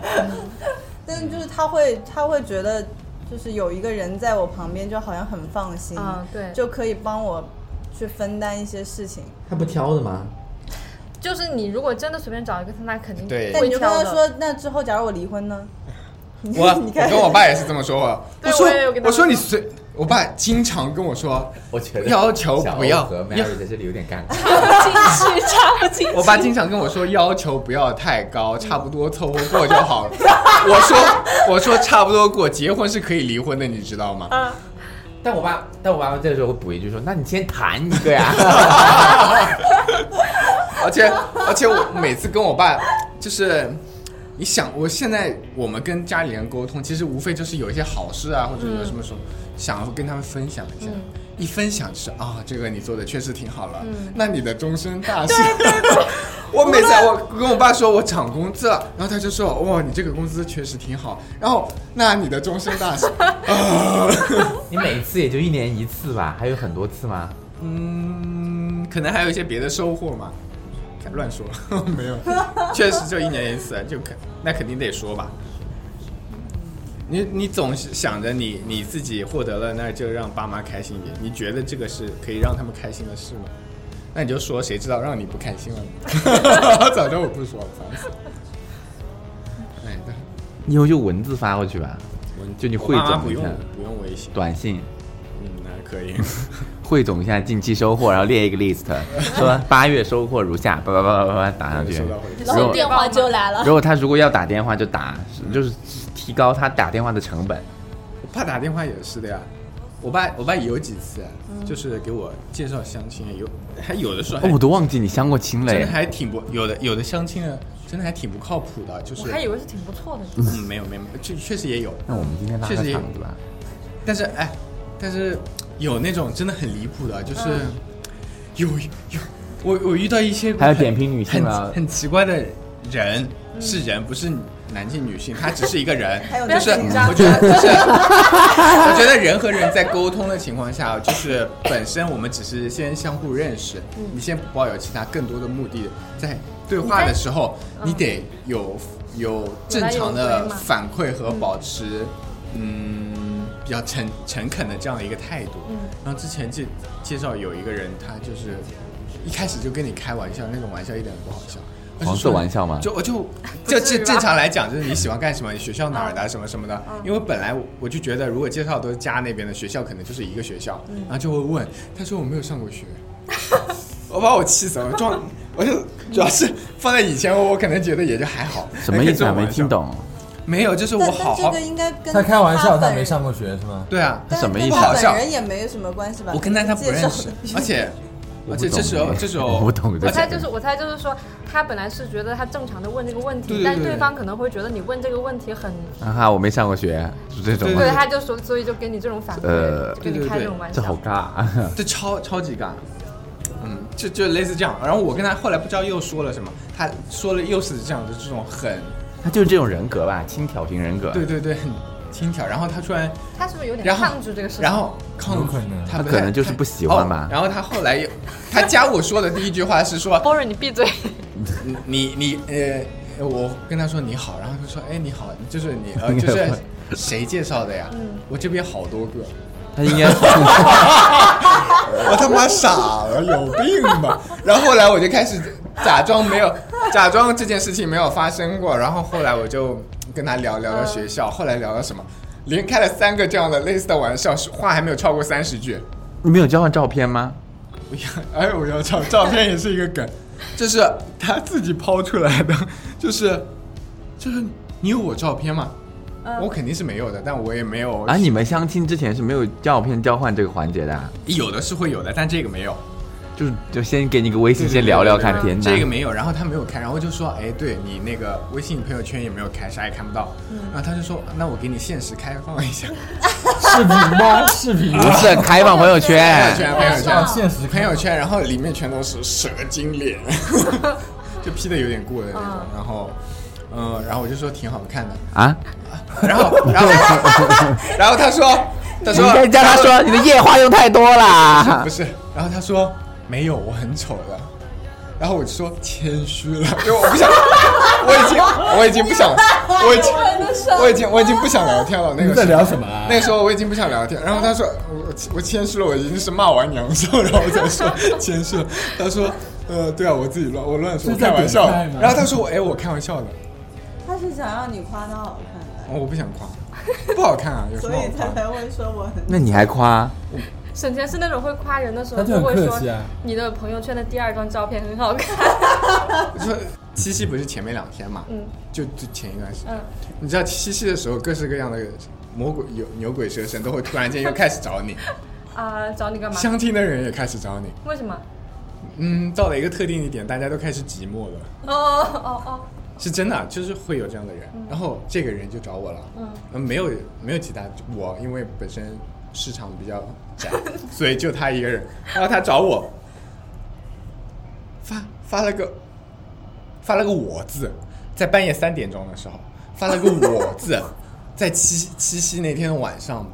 F: 但就是他会他会觉得就是有一个人在我旁边就好像很放心，
D: 嗯对
F: 就可以帮我去分担一些事情。
G: 他不挑的吗？
D: 就是你如果真的随便找一个，他那肯定
C: 对
F: 但
D: 会
F: 你就跟
D: 挑
F: 他
D: 的。
F: 说，那之后假如我离婚呢？
C: 我
F: 你
C: 我
F: 看
C: 跟我爸也是这么说我，
D: 对
C: 我说
D: 我也有跟他
C: 我
D: 们
C: 说你
D: 说
C: 随我爸经常跟我说，
G: 我觉得
C: 要求
G: 小
C: 不
G: 欧
C: 要
G: 和
C: 要
G: Mary 在这里有点尴尬。
H: 进去插不进去。
C: 我爸经常跟我说要求不要太高，差不多凑合过就好 了。我说我说差不多过，结婚是可以离婚的，你知道吗？
G: 但我爸，但我爸爸这个时候会补一句说：“那你先谈一个呀。
C: 而且而且我每次跟我爸就是。你想，我现在我们跟家里人沟通，其实无非就是有一些好事啊，或者有什么什么，想要跟他们分享一下。一分享就是啊、这个你做的确实挺好了，那你的终身大事。我每次我跟我爸说我涨工资了，然后他就说哇，你这个工资确实挺好。然后那你的终身大事，啊
G: 你每次也就一年一次吧，还有很多次吗？
C: 嗯，可能还有一些别的收获嘛。乱说， 没有，确实就一年一次，就肯那肯定得说吧。你你总是想着你你自己获得了，那就让爸妈开心一点。你觉得这个是可以让他们开心的事吗？那你就说，谁知道让你不开心了呢？ 早知道我不说了，烦死了。哎，那
G: 你以后就文字发过去吧，就你汇
C: 我妈妈
G: 总
C: 不
G: 一
C: 用
G: 下，
C: 不用微信，
G: 短信
C: 嗯，那可以。
G: 汇总一下近期收获，然后列一个 list，说八月收获如下，叭叭叭叭叭打上去
C: 收。到回复
H: 然后电话就来了，
G: 如果他如果要打电话就打，就是提高他打电话的成本。
C: 我爸打电话也是的呀。我爸，我爸有几次啊
D: 嗯
C: 就是给我介绍相亲，啊有还有的时候还
G: 哦，我都忘记你相过亲了
C: 真
G: 耶
C: 的。还挺不，有的有的相亲呢，啊真的还挺不靠谱的，就是
D: 我还以为是挺 不错的，
C: 嗯，没有没有，确确实也有，
G: 那我们今天拉个
C: 确实也有
G: 场子吧。
C: 但是哎，但是有那种真的很离谱
G: 嗯
C: 的，就是、有有我我遇到一些
G: 还要
C: 很
G: 点评女性啊嗯了
C: 很很奇怪的人，是人不是男性女性，他只是一个 人，
F: 有
C: 就是
F: 那种
C: 我觉得就是 我觉得人和人在沟通的情况下，就是本身我们只是先相互认识，你先不抱有其他更多的目的，在对话的时候，你得有有正常的反馈和保持，嗯，比较诚诚恳的这样的一个态度。然后之前介介绍有一个人，他就是一开始就跟你开玩笑，那种玩笑一点都不好笑。他就
G: 黄色
C: 说
G: 玩笑吗
C: 就我就就正正常来讲，就是你喜欢干什么，你学校哪儿的什么什么的。因为本来我我就觉得，如果介绍都是家那边的学校，可能就是一个学校，然后就会问，他说我没有上过学。我把我气死了，我撞， 我就主要是放在以前我我可能觉得也就还好，
G: 什么意思啊？没听。懂。
C: 没有，就是我
F: 但
C: 好
F: 但这
C: 好
F: 个应该跟
E: 他开玩笑，他
F: 本
E: 没
F: 人，
E: 上过学是吗？
C: 对啊，
F: 但
G: 什么意思
F: 跟
C: 好
F: 他
C: 笑
F: 本人也没有什么关系吧？
C: 我跟他他
F: 介
C: 不认
F: 绍
C: 识
F: 的，
C: 而 且而且这时候这时候
G: 我不懂这
D: 我猜就是，我猜就是说，他本来是觉得他正常的问这个问题，
C: 对对
D: 但是
C: 对
D: 对方可能会觉得你问这个问题很，
G: 哈啊哈，我没上过学，是这种
C: 对
G: 吗
D: 对，？他就说，所以就给你这种反馈，
G: 呃
D: 就给你开这种玩
G: 这
D: 笑。
G: 好尬。啊
C: 这超超级尬。嗯，就就类似这样。然后我跟他后来不知道又说了什么，他说了又是这样的这种很，
G: 他就是这种人格吧，轻佻型人格。
C: 对，对对，很轻佻。然后他突然，
D: 他是不是有点
C: 然后
D: 抗拒这个事情？
C: 然后抗
E: 有可能
C: 他
G: 他
C: 不
G: 可
C: 太
G: 能就是
C: 他
G: 不喜欢吧
C: 哦然后他后来又，他加我说的第一句话是说，
D: 波瑞，你闭嘴！
C: 你你呃，我跟他说你好，然后他说哎你好，就是你呃就是谁介绍的呀？我这边好多个，
G: 他应 该
C: 我他妈傻了，有病吧？然后后来我就开始假装没有，假装这件事情没有发生过。然后后来我就跟他聊聊到学校，后来聊到什么，连开了三个这样的类似的玩笑，话还没有超过三十句。
G: 你们有交换照片吗？
C: 我要， 哎，我要照照片也是一个梗，这是他自己抛出来的， 就是就是你有我照片吗？我肯定是没有的，但我也没有
G: 啊，你们相亲之前是没有照片交换这个环节的啊，
C: 有的是会有的，但这个没有。
G: 就是就先给你个微信，
C: 对
G: 先聊聊
C: 对
G: 看。
C: 对
G: 天哪，
C: 这个没有，然后他没有开，然后就说，哎，对你那个微信朋友圈也没有开，啥也看不到。然后他就说，那我给你限时开放一下，
E: 视频吗？视频
G: 不是开放朋
C: 朋
G: 友
C: 友
G: 圈，
C: 圈，朋友
E: 上
C: 圈，
E: 现实
C: 朋友圈，然后里面全都是蛇精脸， 就 P 的有点过的那种。然后，嗯，然后我就说挺好看的，
G: 啊，
C: 然后， 然后，然后他说，他
G: 你
C: 说，
G: 该叫他说你的夜话用太多了
C: 不。是，然后他说没有，我很丑的。然后我就说谦虚了，因为我不想，我已经我已经不想，我已经我已经我已经不想聊天了。那
E: 你
C: 个
E: 们在
C: 时候
E: 聊什么啊
C: 那个时候我已经不想聊天。然后他说我我谦虚了，我已经是骂完娘sau，然后再说谦虚了。他说呃对啊，我自己乱我乱说，
E: 是在
C: 开玩笑的
E: 点菜吗。
C: 然后他说我哎我开玩笑的，
F: 他是想让你夸他好看吧，
C: 哦我不想夸，不好看啊，有什
F: 所
C: 么好
F: 以他
C: 看？
F: 才会说我很
G: 那你还夸？
D: 沈晨是那种会夸人的时候，
E: 他就很
D: 会
E: 客
D: 说
E: 气啊
D: 你的朋友圈的第二张照片很好看。
C: 就是七夕不是前面两天嘛，嗯，就就前一段时间，
D: 嗯
C: 你知道七夕的时候，各式各样的魔鬼有牛鬼蛇神都会突然间又开始找你，
D: 啊、找你干嘛？
C: 相亲的人也开始找你，
D: 为什么？
C: 嗯，到了一个特定的点，大家都开始寂寞了。
D: 哦哦哦，
C: 是真的，就是会有这样的人，然后这个人就找我了，嗯，没有没有其他，就我因为本身市场比较窄，所以就他一个人，然后他找我，发发了个发了个我字，在半夜三点钟的时候发了个我字，在七七夕那天的晚上，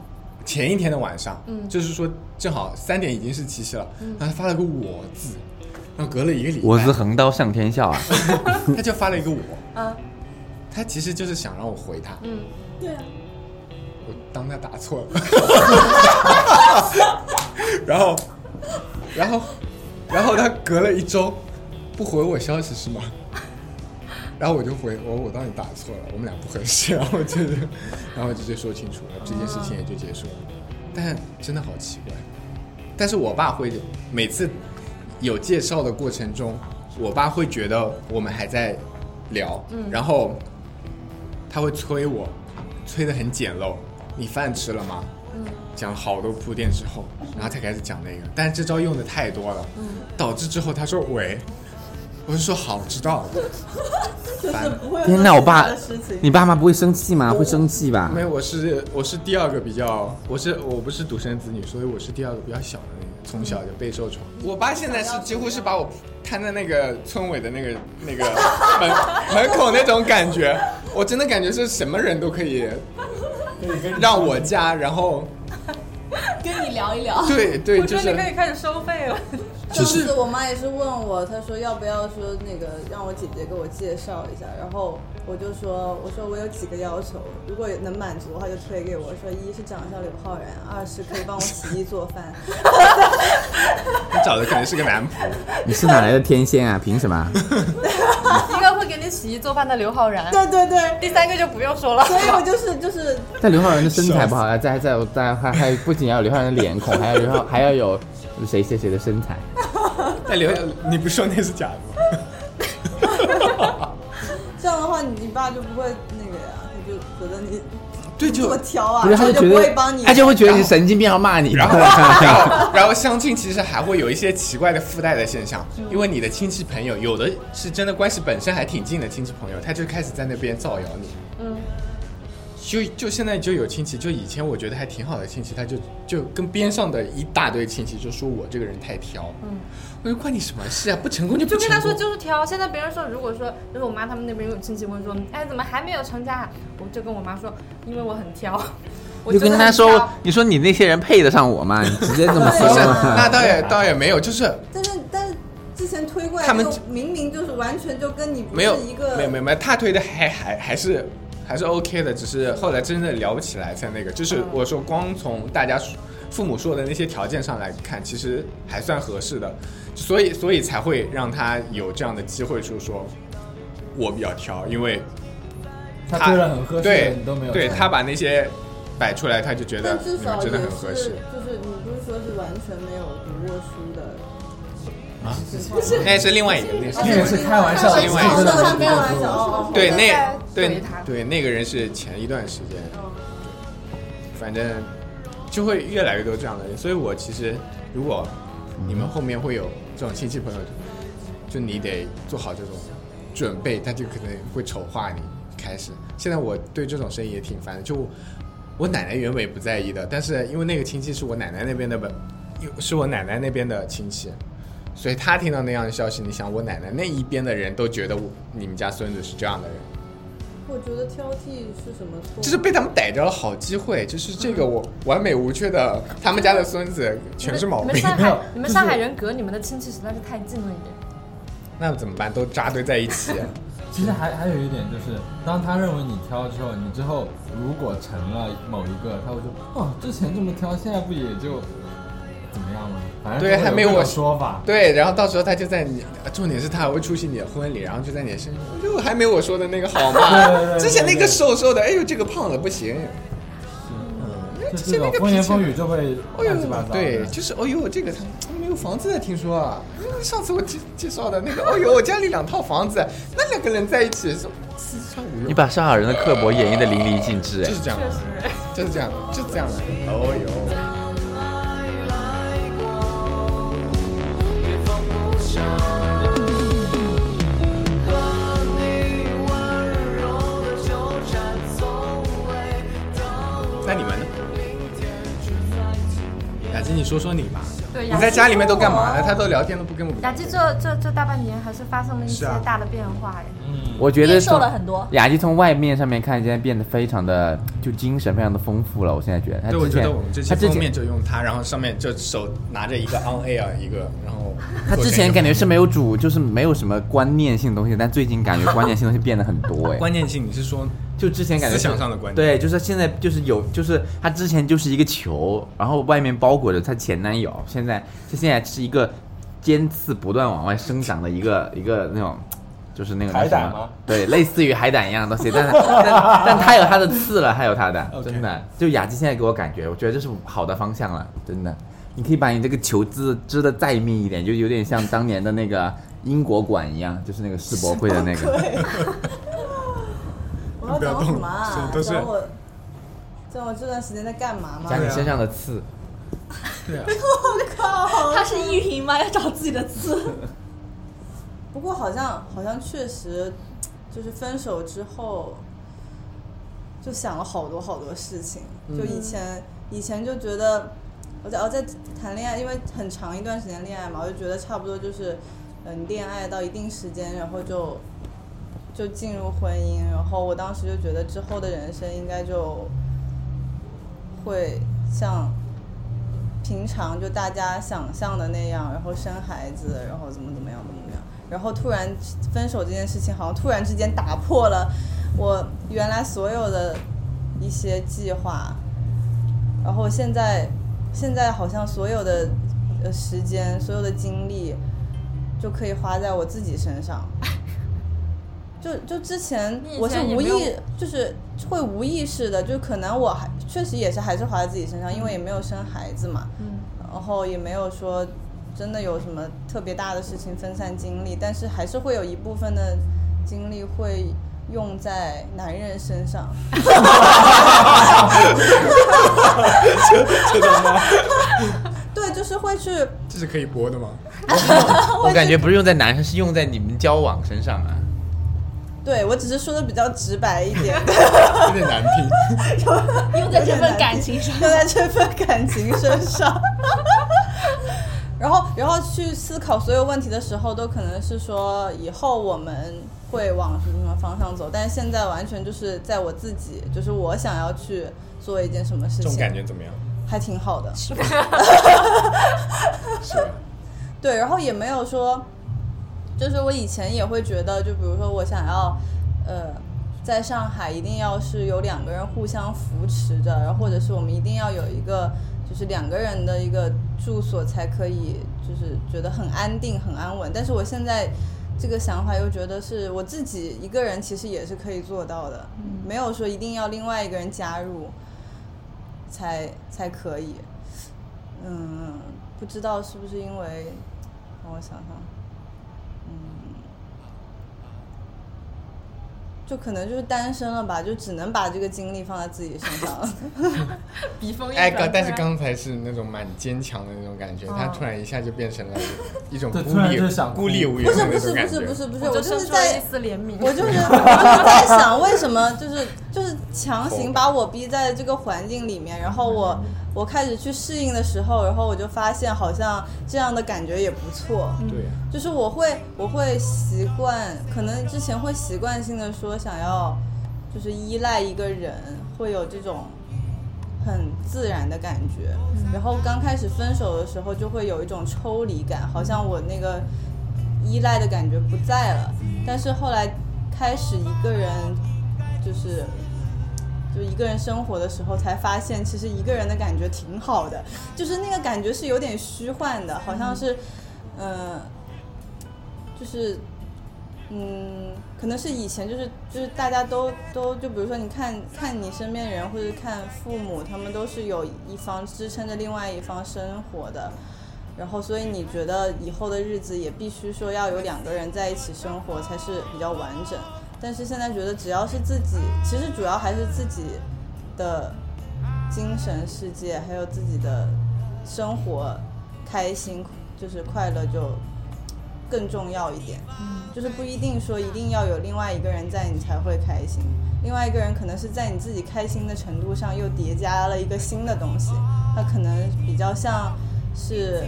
C: 前一天的晚上，嗯，就是说正好三点已经是七夕了，然后他发了个我字，然后隔了一个礼拜，
G: 我是横刀向天笑啊！
C: 他就发了一个我。
D: 啊，
C: 他其实就是想让我回他，
D: 嗯，
C: 我当他打错了， 然后，然后，然后他隔了一周不回我消息 是吗？然后我就回我我当你打错了，我们俩不合适，然后就是，然后我直接说清楚了，这件事情也就结束了。但真的好奇怪，但是我爸会每次有介绍的过程中，我爸会觉得我们还在聊，然后他会催我，催得很简陋。你饭吃了吗？讲了好多铺垫之后，然后才开始讲那个，但是这招用的太多了，导致之后他说喂，我就说好知道了，烦。
F: 不会有
G: 天哪，哎我爸
F: 这样的事情，
G: 你爸妈不会生气吗？会生气
D: 啊
G: 吧
C: 没？有，我是我是第二个比较，我是我不是独生子女，所以我是第二个比较小的那个，从小就备受宠。我爸现在是几乎是把我摊在那个村委的那个那 个门门口那种感觉，我真的感觉是什么人都可以 让我家，然后
H: 跟你聊一聊。
C: 对对，
D: 我
C: 就
D: 觉
C: 是
D: 得你可以开始收费了。
F: 上次我妈也是问我，她说要不要说那个让我姐姐给我介绍一下，然后我就说我说我有几个要求，如果能满足的话就推给我，说一是长得像刘昊然，二是可以帮我洗衣做 饭，
C: 他找的可能是个男仆，
G: 你是哪来的天仙啊？凭什么？
D: 一个会给你洗衣做饭的刘昊然，
F: 对对对，
D: 第三个就不用 说了。
F: 所以我就是就是
G: 但刘昊然的身材不好啊，再再再还还不仅要有刘昊然的脸孔，还要刘昊还要有谁谁谁的身材。
C: 但刘你不说那是假的吗？
F: 这样的话，你爸就不会那个呀，他就觉得你
C: 对，就
F: 这么挑啊，
G: 不是，他就
F: 他就
G: 觉
F: 不会
G: 得
F: 帮你，
G: 他就会觉得你神经病，要骂你。
C: 然后，然后，然后相亲其实还会有一些奇怪的附带的现象，
D: 嗯
C: 因为你的亲戚朋友有的是真的关系本身还挺近的亲戚朋友，他就开始在那边造谣你。嗯。就就现在就有亲戚，就以前我觉得还挺好的亲戚，他就就跟边上的一大堆亲戚就说我这个人太挑。嗯。我说关你什么事啊？不成功就不
D: 就
C: 成
D: 跟
C: 功。
D: 他说就是挑。现在别人说，如果说就是我妈他们那边有亲戚问说，哎，怎么还没有成家啊？我就跟我妈说，因为我很 挑。我
G: 就
D: 真
G: 跟
D: 的
G: 他
D: 很
G: 说
D: 挑，
G: 你说你那些人配得上我吗？你直接这么
C: 不
G: 说
C: 是，
G: 嘛。
D: 啊
C: 那倒也倒也没有，就是
F: 但是但是之前推过来，
C: 他们
F: 明明就是完全就跟你不
C: 没
F: 是
C: 有
F: 一个
C: 没有没有没有，他推的还还还是还是 OK 的，只是后来真的聊不起来才那个。
F: 嗯
C: 就是我说，光从大家说父母说的那些条件上来看，其实还算合适的，所以所以才会让他有这样的机会，就是说我比较挑，因为
E: 他推了很合适的，
C: 对
E: 你都没有
C: 对
E: 看
C: 他把那些摆出来，他就觉得
F: 但至
C: 你们
F: 少也
C: 嗯真
F: 是
C: 的很合适。
F: 就是你不是说是完全没有读过书的
C: 啊
F: 情况吗？
C: 那是另外一个，那是
E: 那
C: 另
E: 个
C: 外一
E: 是开玩笑的，
C: 另外一
E: 这
C: 个
E: 真的
F: 哦
E: 是
F: 开玩笑哦哦
C: 对，
D: 我都
C: 那
D: 在
C: 对
D: 怼他
C: 对那个人是前一段时间，反正就会越来越多这样的人。所以我其实，如果你们后面会有这种亲戚朋友，就你得做好这种准备，他就可能会丑化你。开始，现在我对这种生意也挺烦的。就我奶奶原本也不在意的，但是因为那个亲戚是我奶奶那边的本，是我奶奶那边的亲戚，所以他听到那样的消息，你想我奶奶那一边的人都觉得我你们家孙子是这样的人，
F: 我觉得挑剔是什么错？
C: 就是被他们逮着了好机会，就是这个我完美无缺的，他们家的孙子全是毛
D: 你们
C: 病，
D: 上
E: 没有
D: 海
E: 就是，
D: 你们上海人隔你们的亲戚实在是太近了一点。
C: 那怎么办？都扎堆在一起，
E: 其实还还有一点就是，当他认为你挑之后，你之后如果成了某一个，他会说，哦，之前这么挑，现在不也就怎么样了？反正
C: 对
E: 就会
C: 还没
E: 有各
C: 我
E: 种说法。
C: 对，然后到时候他就在你，重点是他还会出席你的婚礼，然后就在你的身上，就还没我说的那个好
E: 对对对
C: 嘛，
E: 对
C: 之前那
E: 对
C: 个瘦瘦的，哎呦这个胖了不行，
E: 就
C: 就是
E: 这
C: 那
E: 种
C: 个
E: 风
C: 脾
E: 言
C: 气
E: 风语就会
C: 哎
E: 乱七八
C: 呦
E: 糟，的。
C: 对，就是哦呦，这个他他们有房子的，听说啊， 嗯上次我介介绍的那个，哦呦，我家里两套房子，那两个人在一起是四川五
G: 你
C: 用，
G: 把上海人的刻薄演绎的淋漓尽致，哎
C: 就是这样的，就是这样的，就是这样的，哦呦。那你们呢？雅琪，你说说你吧。
D: 对，
C: 你
D: 雅
C: 在
D: 琪
C: 家里面都干嘛
D: 我
C: 呢？他都聊天都不跟我们。
D: 雅琪这这这大半年还是发生了一
C: 是
D: 些
C: 啊
D: 大的变化哎，
G: 我觉得
H: 变瘦
G: 从
H: 了很多
G: 雅姬从外面上面看，现在变得非常的就精神非常的丰富了。我现在觉得，她
C: 对，我
G: 之
C: 觉
G: 前
C: 得我们这期
G: 她之
C: 封
G: 前
C: 面就用它，然后上面就手拿着一个 on air 一个，然后
G: 她之前感觉是没有主，就是没有什么观念性的东西，但最近感觉观念性东西变得很多哎。
C: 关键性，你是说
G: 就之前感觉是
C: 思想上的观念
G: 对，就是现在就是有，就是她之前就是一个球，然后外面包裹着她前男友，现在她现在是一个尖刺不断往外生长的一 个一个那种。就是那个叫
E: 海胆
G: 什么
E: 吗
G: 对，类似于海胆一样的东 西，但但但它有它的刺了，它有它的，真的。就雅姬现在给我感觉，我觉得这是好的方向了，真的。你可以把你这个球织织的再密一点，就有点像当年的那个英国馆一样，就是那个世博会的那
C: 啊
G: 个。
F: 我要
C: 不要
F: 讲
C: 动
F: 什么啊？
C: 都是
F: 讲我，讲我这段时间在干嘛吗
G: 加？你身上的刺，
C: 对啊，
H: 他是艺人吗？要找自己的字。
F: 不过好像好像确实，就是分手之后，就想了好多好多事情。就以前、以前就觉得，我在我在谈恋爱，因为很长一段时间恋爱嘛，我就觉得差不多就是，嗯，恋爱到一定时间，然后就就进入婚姻。然后我当时就觉得之后的人生应该就会像平常就大家想象的那样，然后生孩子，然后怎么怎么样怎么怎么样，然后突然分手这件事情，好像突然之间打破了我原来所有的一些计划，然后现在现在好像所有的呃时间，所有的精力就可以花在我自己身 上。就就之前
D: 你以
F: 我是
D: 前也
F: 无
D: 没有
F: 意，就是会无意识的，就可能我还确实也是还是花在自己身上，因为也没有生孩子嘛，
D: 嗯，
F: 然后也没有说真的有什么特别大的事情分散精力，但是还是会有一部分的精力会用在男人身上。对，就是会去，
C: 这是可以播的吗？
G: 我感觉不是用在男生，是用在你们交往身上啊。
F: 对我只是说的比较直白一点，
C: 有点难 听。
H: 用在这份感情上，
F: 用在这份感情身 上。然后，然后去思考所有问题的时候，都可能是说以后我们会往什么什么方向走，但是现在完全就是在我自己，就是我想要去做一件什么事
C: 这
F: 情，
C: 种感觉怎么样？
F: 还挺好的。
C: 是吧？
F: 对，然后也没有说，就是我以前也会觉得，就比如说我想要，呃，在上海一定要是有两个人互相扶持着，然后或者是我们一定要有一个就是两个人的一个住所才可以，就是觉得很安定、很安稳。但是我现在这个想法又觉得是我自己一个人其实也是可以做到的，没有说一定要另外一个人加入才才可以。嗯，不知道是不是因为，让我想想，嗯，就可能就是单身了吧，就只能把这个精力放在自己身上了。
D: 笔锋一
C: 哎
D: 转，
C: 哥，但是
D: 突然
C: 刚才是那种蛮坚强的那种感觉，
F: 哦
C: 他突然一下就变成了一种
E: 对
C: 孤
E: 突然
C: 立
E: 就想、哭
C: 孤立无
F: 不
C: 援
F: 是
C: 的
F: 不
C: 那
F: 是
C: 种感
F: 不
C: 觉
F: 是。不是不是，
D: 我
F: 我
D: 就
F: 就是
D: 出了
F: 在
D: 一丝怜悯，
F: 我 就是我就是在想，为什么就是就是强行把我逼在这个环境里面，然后
C: 嗯
F: 我我开始去适应的时候，然后我就发现好像这样的感觉也不错。
D: 嗯
C: 对啊呀，
F: 就是我会我会习惯，可能之前会习惯性的说想要就是依赖一个人，会有这种很自然的感觉。然后刚开始分手的时候，就会有一种抽离感，好像我那个依赖的感觉不在了。但是后来开始一个人，就是就一个人生活的时候，才发现其实一个人的感觉挺好的，就是那个感觉是有点虚幻的，好像是，嗯、呃，就是嗯，可能是以前就是就是大家都都就比如说你看看你身边人或者看父母，他们都是有一方支撑着另外一方生活的，然后所以你觉得以后的日子也必须说要有两个人在一起生活才是比较完整。但是现在觉得只要是自己，其实主要还是自己的精神世界，还有自己的生活开心就是快乐就更重要一点。就是不一定说一定要有另外一个人在你才会开心，另外一个人可能是在你自己开心的程度上又叠加了一个新的东西，它可能比较像是，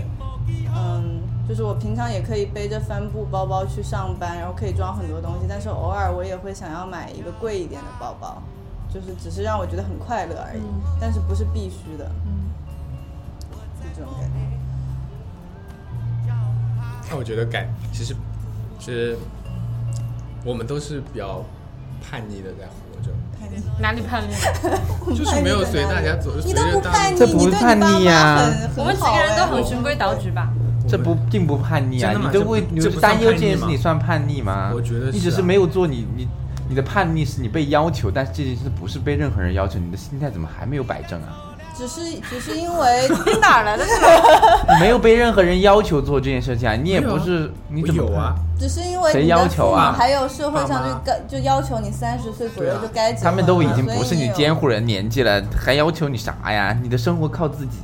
F: 嗯，就是我平常也可以背着帆布包包去上班，然后可以装很多东西，但是偶尔我也会想要买一个贵一点的包包，就是只是让我觉得很快乐而已，但是不是必须的，就这种感觉。
C: 那我觉得感其实其实我们都是比较叛逆的在活着，
D: 哪里叛逆？
C: 就是没有随大家走，随
F: 你都
C: 着
F: 不
C: 大
F: 叛
C: 家
F: 逆，
G: 这不
F: 你对你
G: 叛
F: 爸
G: 逆
F: 妈
G: 啊
F: 很 哎
D: 我们几个人都很循规蹈矩吧？
G: 这不并不叛逆啊，
C: 真的吗
G: 你都会
C: 这不
G: 你
C: 这不算
G: 担忧这件事，
C: 叛逆吗
G: 你算叛逆吗？
C: 我觉得
G: 你只
C: 是
G: 是
C: 啊
G: 没有做你你你的叛逆是你被要求，但是这件事不是被任何人要求，你的心态怎么还没有摆正啊？
F: 只是只是因 为
D: 你哪儿来的？
G: 你没有被任何人要求做这件事情啊，你也不是你
C: 我
G: 怎么
C: 有啊？
F: 只是因为
G: 谁
F: 你的
G: 要求啊
F: 父母还有社会上
C: 爸
F: 就
C: 妈
F: 该就要求你三十岁左
C: 对
F: 右
C: 啊
F: 就该结
G: 他
F: 婚了，
G: 们都已经不是
F: 所以
G: 你
F: 有
G: 监护人年纪了，还要求你啥呀？你的生活靠自己。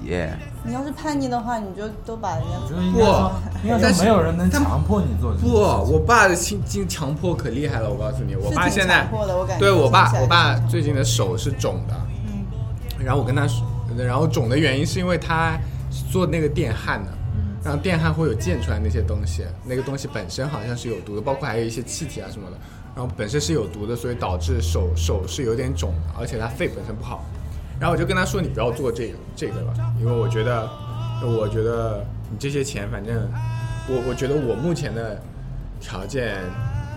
F: 你要是叛逆的话，你就都把人
E: 我觉得
F: 家
E: 应该说，
C: 不
E: 应该
C: 但是
E: 说没有人能
C: 但
E: 强迫你做这件
C: 不，
E: 事情
C: 我爸的性性强迫可厉害了，我告诉你，我爸
F: 是挺
C: 现在
F: 强迫的我感觉
C: 对我爸
F: 听起，来
C: 我爸
F: 是
C: 最近的手是肿的，然后我跟他说，然后肿的原因是因为他做那个电焊的，然后电焊会有溅出来那些东西，那个东西本身好像是有毒的，包括还有一些气体啊什么的，然后本身是有毒的，所以导致手手是有点肿的，而且他肺本身不好，然后我就跟他说你不要做这个这个了，因为我觉得，我觉得你这些钱反正，我我觉得我目前的条件，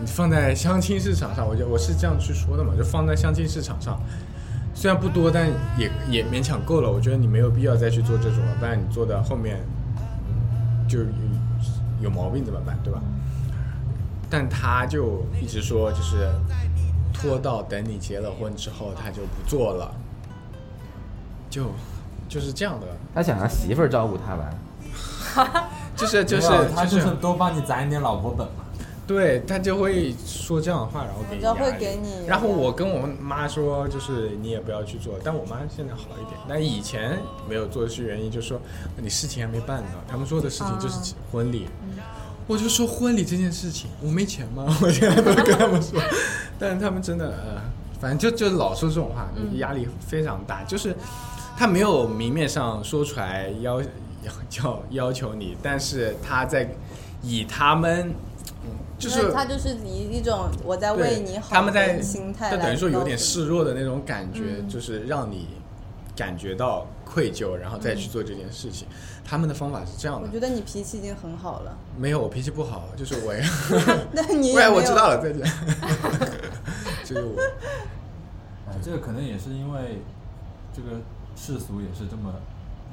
C: 你放在相亲市场上，我就我是这样去说的嘛，就放在相亲市场上，虽然不多，但也也勉强够了。我觉得你没有必要再去做这种了，不然你做的后面，嗯，就有有毛病怎么办，对吧？但他就一直说，就是拖到等你结了婚之后，他就不做了，就就是这样的，
G: 他想让媳妇儿照顾他吧？
C: 就是就
E: 没
C: 是
E: 有他
C: 就
E: 就是是多帮你攒一点老婆本嘛。
C: 对他就会说这样的话，然后给你
F: 就
C: 压
F: 会
C: 力
F: 给你
C: 然后我跟我妈说，就是你也不要去做，但我妈现在好一点，但以前没有做是原因，就是说你事情还没办呢。他们说的事情
F: 啊
C: 就是结婚礼，
F: 嗯
C: 我就说婚礼这件事情，我没钱吗？ 我现在都跟他们说，但是他们真的呃，反正就就老说这种话，压力非常大。就是他没有明面上说出来要要要要求你，但是他在以他们。嗯就是
F: 他就是以一种我在
C: 对，
F: 为你好
C: 他们在
F: 的心态
C: 就
F: 来，
C: 等于说有点示。弱的那种感觉，就是让你感觉到愧疚，然后再去做这件事情。他们的方法是这样
F: 嗯我
C: 的
F: 觉，得你脾气已经很好了，
C: 没有我脾气不好，就是我，
F: 但你也没
C: 喂，
F: 有
C: 我知道了，再见， 就是我，
E: 哎，这个可能也是因为这个世俗也是这么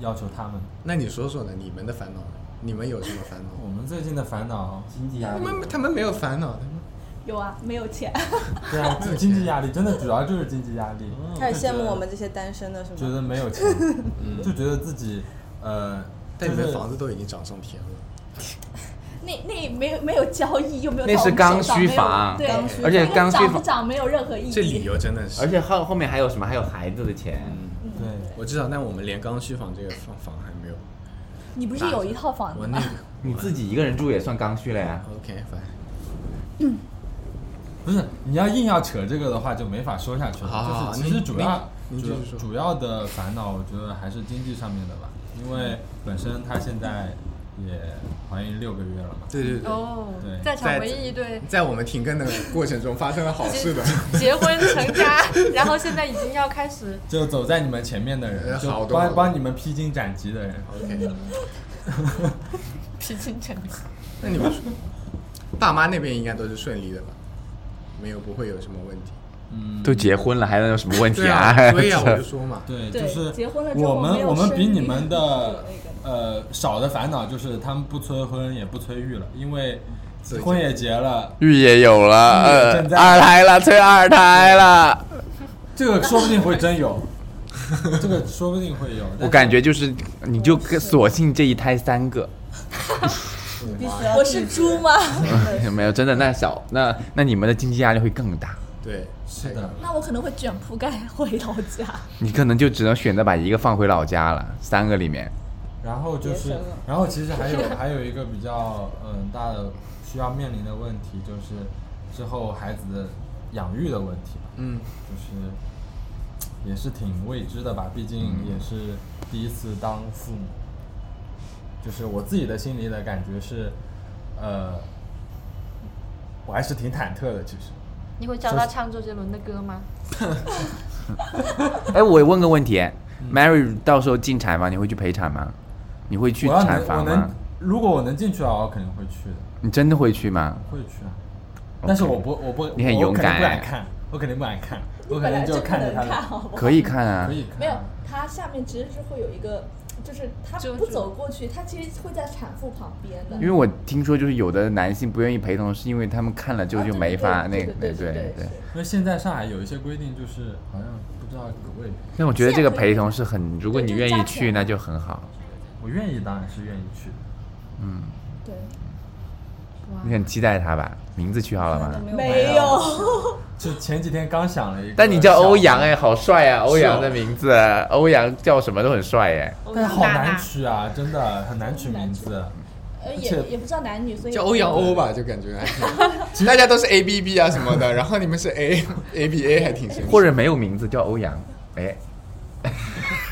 E: 要求他们。
C: 那你说说呢？你们的烦恼呢？你们有什么烦恼？
E: 我们最近的烦恼，
G: 经济压
C: 他们他们没有烦恼，他们
H: 有啊，没有钱。
E: 对啊，经济压力真的主要就是经济压力。
F: 开始羡慕我们这些单身的，是
E: 觉
F: 吗？
E: 得没有钱，就觉得自己呃，
C: 但你们
E: 就是
C: 房子都已经涨上天了。
H: 那那没有没有交易，又没有
G: 那
H: 到
G: 是
H: 我们手
G: 刚
H: 上
G: 需
H: 没有
G: 房
H: 对，
F: 刚需
G: 而且
H: 那个
G: 刚需
H: 涨不
G: 房
H: 涨没有任何意义。
C: 这理由真的是，
G: 而且后后面还有什么？还有孩子的钱。
C: 嗯
E: 对，
C: 我知道，但我们连刚需房这个房房还没有。
H: 你不是有一套房
C: 我
H: 子
C: 那
H: 吗？
C: 个
G: 你自己一个人住也算刚需了呀。
C: OK，反正。
E: 不是你要硬要扯这个的话，就没法说下去
C: 好好好
E: 了。就是其实主要
C: 您您
E: 主
C: 您继续说
E: 主要的烦恼，我觉得还是经济上面的吧，因为本身她现在也怀孕六个月了嘛，
C: 对对对，
D: 哦
E: 对，
D: 在场
C: 在
D: 唯一一对
C: 在我们停更的过程中发生了好事 的，
D: 结婚成家， 然后现在已经要开始
E: 就走在你们前面的人，
C: 呃
E: 就
C: 好多好
E: 帮
C: 多
E: 帮你们披荆斩棘的人，
C: OK，
D: 披荆斩棘。
C: 那你们说爸妈那边应该都是顺利的吧？没有，不会有什么 问题。
E: 嗯，
G: 都结婚了，还能有什么问题
C: 对啊，所以啊， 我就说嘛，
E: 对，
H: 对
E: 就是
H: 结婚了之后
E: 我
H: 没
E: 们
H: 有
E: 我们比
H: 生
E: 你
H: 育
E: 们
H: 那
E: 的
H: 个
E: 呃少的烦恼就是他们不催婚也不催育了，因为
C: 这
E: 婚也结了，
G: 玉也有了，呃
E: 正在
G: 二胎了，催二胎了。
E: 这个说不定会真 有，这个说不定会有。
G: 我感觉就是，你就跟索性这一胎三个，
F: 必须要
H: 我是猪吗？
G: 没有真的那小那那你们的经济压力会更大，
C: 对
E: 是的，
H: 那我可能会卷铺盖回老家。
G: 你可能就只能选择把一个放回老家了，三个里面。
E: 然后就
F: 别
E: 是
F: 生了，
E: 然后其实还有 还有一个比较嗯大的需要面临的问题就是之后孩子的养育的问题吧，
C: 嗯，
E: 就是也是挺未知的吧，毕
G: 嗯
E: 竟也是第一次当父母。就是我自己的心里的感觉是，呃，我还是挺忐忑的，其实。
D: 你会教他唱周杰伦的歌吗？
G: 哎，我问个问题，Mary
E: 嗯
G: 到时候进产房你会去陪产吗？你会去
E: 我要
G: 产
E: 能，我
G: 房
E: 能
G: 吗？，
E: 如果我能进去啊，我肯定会去的，
G: 你真的会去吗？
E: 会去啊。但是我不，我不，
G: 你很
E: 我
G: 勇敢
E: 肯定不
G: 哎
E: 敢看，我肯定不敢看，我
H: 本
E: 肯
H: 来
E: 定
H: 就不
E: 看着
H: 能
E: 他
H: 看，
E: 的，
H: 好不好？
G: 可以看啊
E: 可，以看。
H: 没有，它下面其实是会有一个，就是它
D: 遮
H: 不
D: 住
H: 走过去，它其实会在产妇旁边的。
G: 因为我听说就是有的男性不愿意陪同，是因为他们看了就
H: 啊
G: 就
H: 对
G: 没
H: 对
G: 法那
H: 对
G: 个
H: 对
G: 对
H: 对
G: 对。
E: 因为现在上海有一些规定，就是好像不知道可不可以，
G: 但我觉得这个陪同是很，如果你愿意去，
H: 对就是加钱
G: 那就很
H: 啊
G: 好。
E: 我愿意当然是愿意去的。
G: 嗯，
H: 对，
G: 你很期待他吧？名字取好了
F: 真
G: 吗
F: 的？
H: 没有，
E: 就前几天刚想了一个，
G: 但你叫欧阳哎，好帅啊！欧
E: 是哦
G: 阳的名字，欧阳叫什么都很帅哎。
H: 啊
D: 哦
E: 但是好难取啊，真的很难取名 字。
H: 呃，
E: 而
H: 也
E: 且
H: 也不知道男女，所以
C: 叫欧阳欧吧，就感觉还 挺大家都是 A B B 啊什么的，然后你们是 A A B A 还挺神奇。
G: 或者没有名字叫欧阳，哎，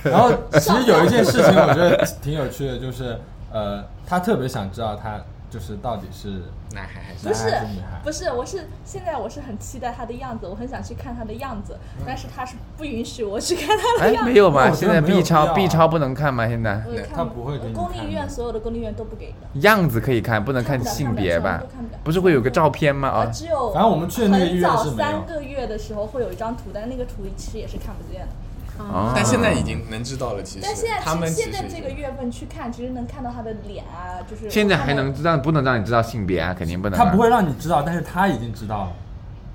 E: 然后其实有一件事情我觉得挺有趣的，就是呃，他特别想知道他就是到底是
C: 男孩还是
H: 不是
E: 男孩是女孩
H: 不是，我是现在我是很期待他的样子，我很想去看他的样子，但是他是不允许我去看他
G: 哎
H: 的样
G: 没
H: 子。
G: 有吗？
E: 那我觉
G: 现
E: 得
G: 在
E: 没有
G: B
E: 必
G: 超
E: 要
G: B 超不能看吗？现在
H: 我也看
E: 他不会给你
H: 公立医
E: 看
H: 院
E: 的
H: 所有的公立医院都不给的，
G: 样子可以看，不能
H: 看
G: 看
H: 不了
G: 性别吧
H: 看不了看不了？
G: 不是会有个照片吗？
H: 呃
G: 啊，
H: 只有
E: 反正我们去的那个医院是
H: 很早
E: 没有
H: 三个月的时候会有一张图，但那个图其实也是看不见的。
G: 哦
C: 但现在已经能知道了，其实
H: 但现在
C: 他们
H: 其
C: 只
H: 现在
C: 是
H: 这个月份去看，其实能看到他的脸啊，就是
G: 现在还
H: 看到
G: 能让不能让你知道性别啊？肯定不能啊。
E: 他不会让你知道，但是他已经知道了，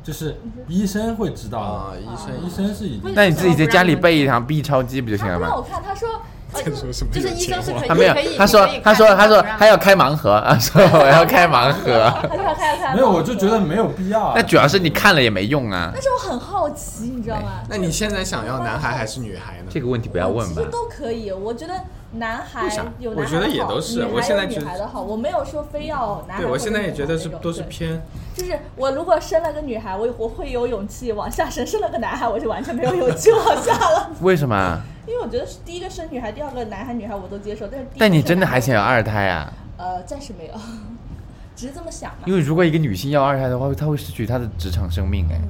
E: 就是医生会知道
C: 啊，
E: 的
C: 医生
E: 医生是已经
G: 那你自己在家里备一堂 B 超机不就行
H: 他
G: 了
H: 不让我
G: 吗？
H: 看，他说他
C: 在说什么
D: 就
C: 有
D: 是
C: 钱花？
D: 医生是可以，
G: 他没有
D: 可以，
G: 他说
D: 可以看
G: 他说
D: 但
G: 他
D: 是
G: 说
D: 不让
G: 他要开盲盒 啊，说我要开盲盒。
H: 他就要开开。
E: 没有，我就觉得没有必要啊。
G: 那主要是你看了也没用啊
H: 但。是我很好奇，你知道吗？
C: 那你现在想要男孩还是女孩呢？
G: 这个问题不要问
H: 其
G: 吧
H: 实。都可以，我觉得男孩
C: 为啥
H: 有
C: 我
H: 男孩
C: 觉得
H: 的
C: 也
H: 好
C: 都是
H: 女
C: 我
H: 孩
C: 现在
H: 有女
C: 觉得
H: 孩的好，我没有说非要男孩或者女孩那种。
C: 对，我现在也觉得是都是
H: 对
C: 偏
H: 就是我如果生了个女孩，我我会有勇气往下生；生了个男孩，我就完全没有勇气往下了。
G: 为什么？
H: 因为我觉得是第一个生女孩，第二个男孩女孩我都接受，但是第一个
G: 但你
H: 生
G: 真的
H: 男
G: 还
H: 孩
G: 想要二胎啊？
H: 呃，暂时没有，只是这么想嘛
G: 因。为如果一个女性要二胎的话，她会失去她的职场生命
H: 嗯
G: 哎，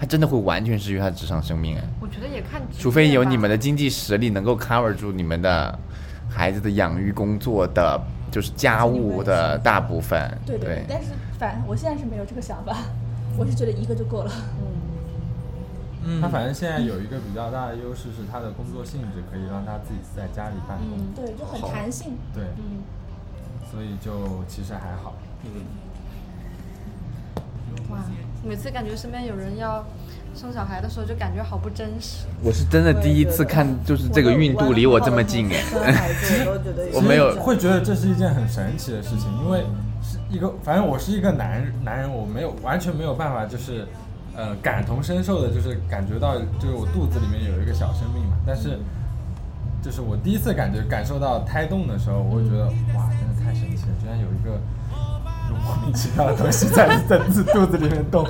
G: 她真的会完全失去她的职场生命哎，
D: 我觉得也看职业吧，
G: 除非有你们的经济实力能够 cover 住你们的孩子的养育工作的，就是家务的大部分。
H: 对对，对但是反正我现在是没有这个想法，我是觉得一个就够了。
C: 嗯
E: 他反正现在有一个比较大的优势是他的工作性质可以让他自己在家里办公，
H: 嗯，对，就很弹性。
E: 对，所以就其实还好。
D: 哇，每次感觉身边有人要生小孩的时候，就感觉好不真实。
G: 我是真的第一次看，就是这个孕肚离我这么近哎。
F: 生孩子我都觉得 有
G: 我没有
E: 会觉得这是一件很神奇的事情，因为是一个，反正我是一个男男人，我没有完全没有办法，就是呃感同身受的，就是感觉到就是我肚子里面有一个小生命嘛，但 是就是我第一次感觉感受到胎动的时候，我会觉得哇，真的太神奇了，居然有一个。莫名其妙的东西在在自肚子里面动，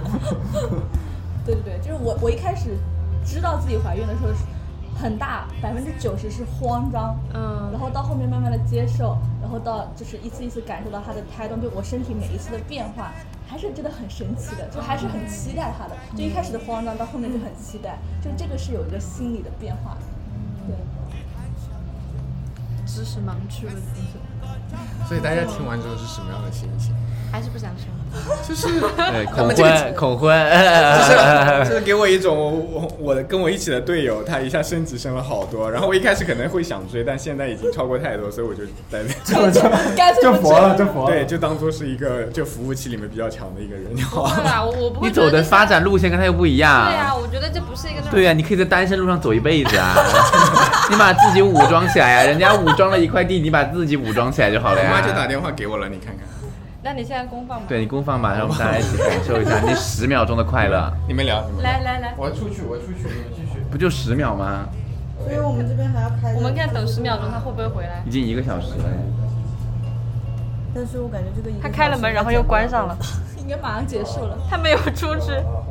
H: 对对对，就是我我一开始知道自己怀孕的时候是很大百分之九十是慌张，
D: 嗯
H: 然后到后面慢慢的接受，然后到就是一次一次感受到它的胎动，对我身体每一次的变化，还是觉得很神奇的，就还是很期待它的。就一开始的慌张，到后面就很期待，就这个是有一个心理的变化的。对，
D: 只
I: 知识盲区的东西，
C: 所以大家听完之后是什么样的心情？
I: 还是不想说。
C: 就是
G: 对，
C: 他
G: 恐
C: 们这个
G: 婚，恐婚，
C: 就是就是给我一种我我我的跟我一起的队友，他一下升级升了好多，然后我一开始可能会想追，但现在已经超过太多，所以我就在 那
H: 干脆
E: 就
H: 不
E: 佛了，就佛了。
C: 对，，就当做是一个就服务器里面比较强的一个人就
I: 不
C: 好
I: 会
C: 了。
I: 啦，我我不会
G: 哦你
I: 觉得
G: 走
I: 这
G: 的
I: 是
G: 发展路线跟他又不一样。
I: 对啊，我觉得这不是一个那种
G: 对啊呀、你可以在单身路上走一辈 子啊！ 你把自己武装起来呀、啊人家武装了一块地，你把自己武装起来就好
C: 我
G: 了呀。
C: 妈就打电话给我了，你看看，
D: 那你现在公放吧。
G: 对你公放吧，让我们大家一起感受 一下那十秒钟的快乐，
C: 你们聊，你们聊
D: 来来来，
C: 我出去，我出去，你们继续。
G: 不就十秒吗？
F: 因为我们这边还要拍。
D: 我们看等十秒钟，他会不会回来？
G: 已经一个小时了，
F: 但是我感觉这个一个
D: 他开了门，然后又关上了，
H: 应该马上结束了。
D: 他没有出去。
G: 哦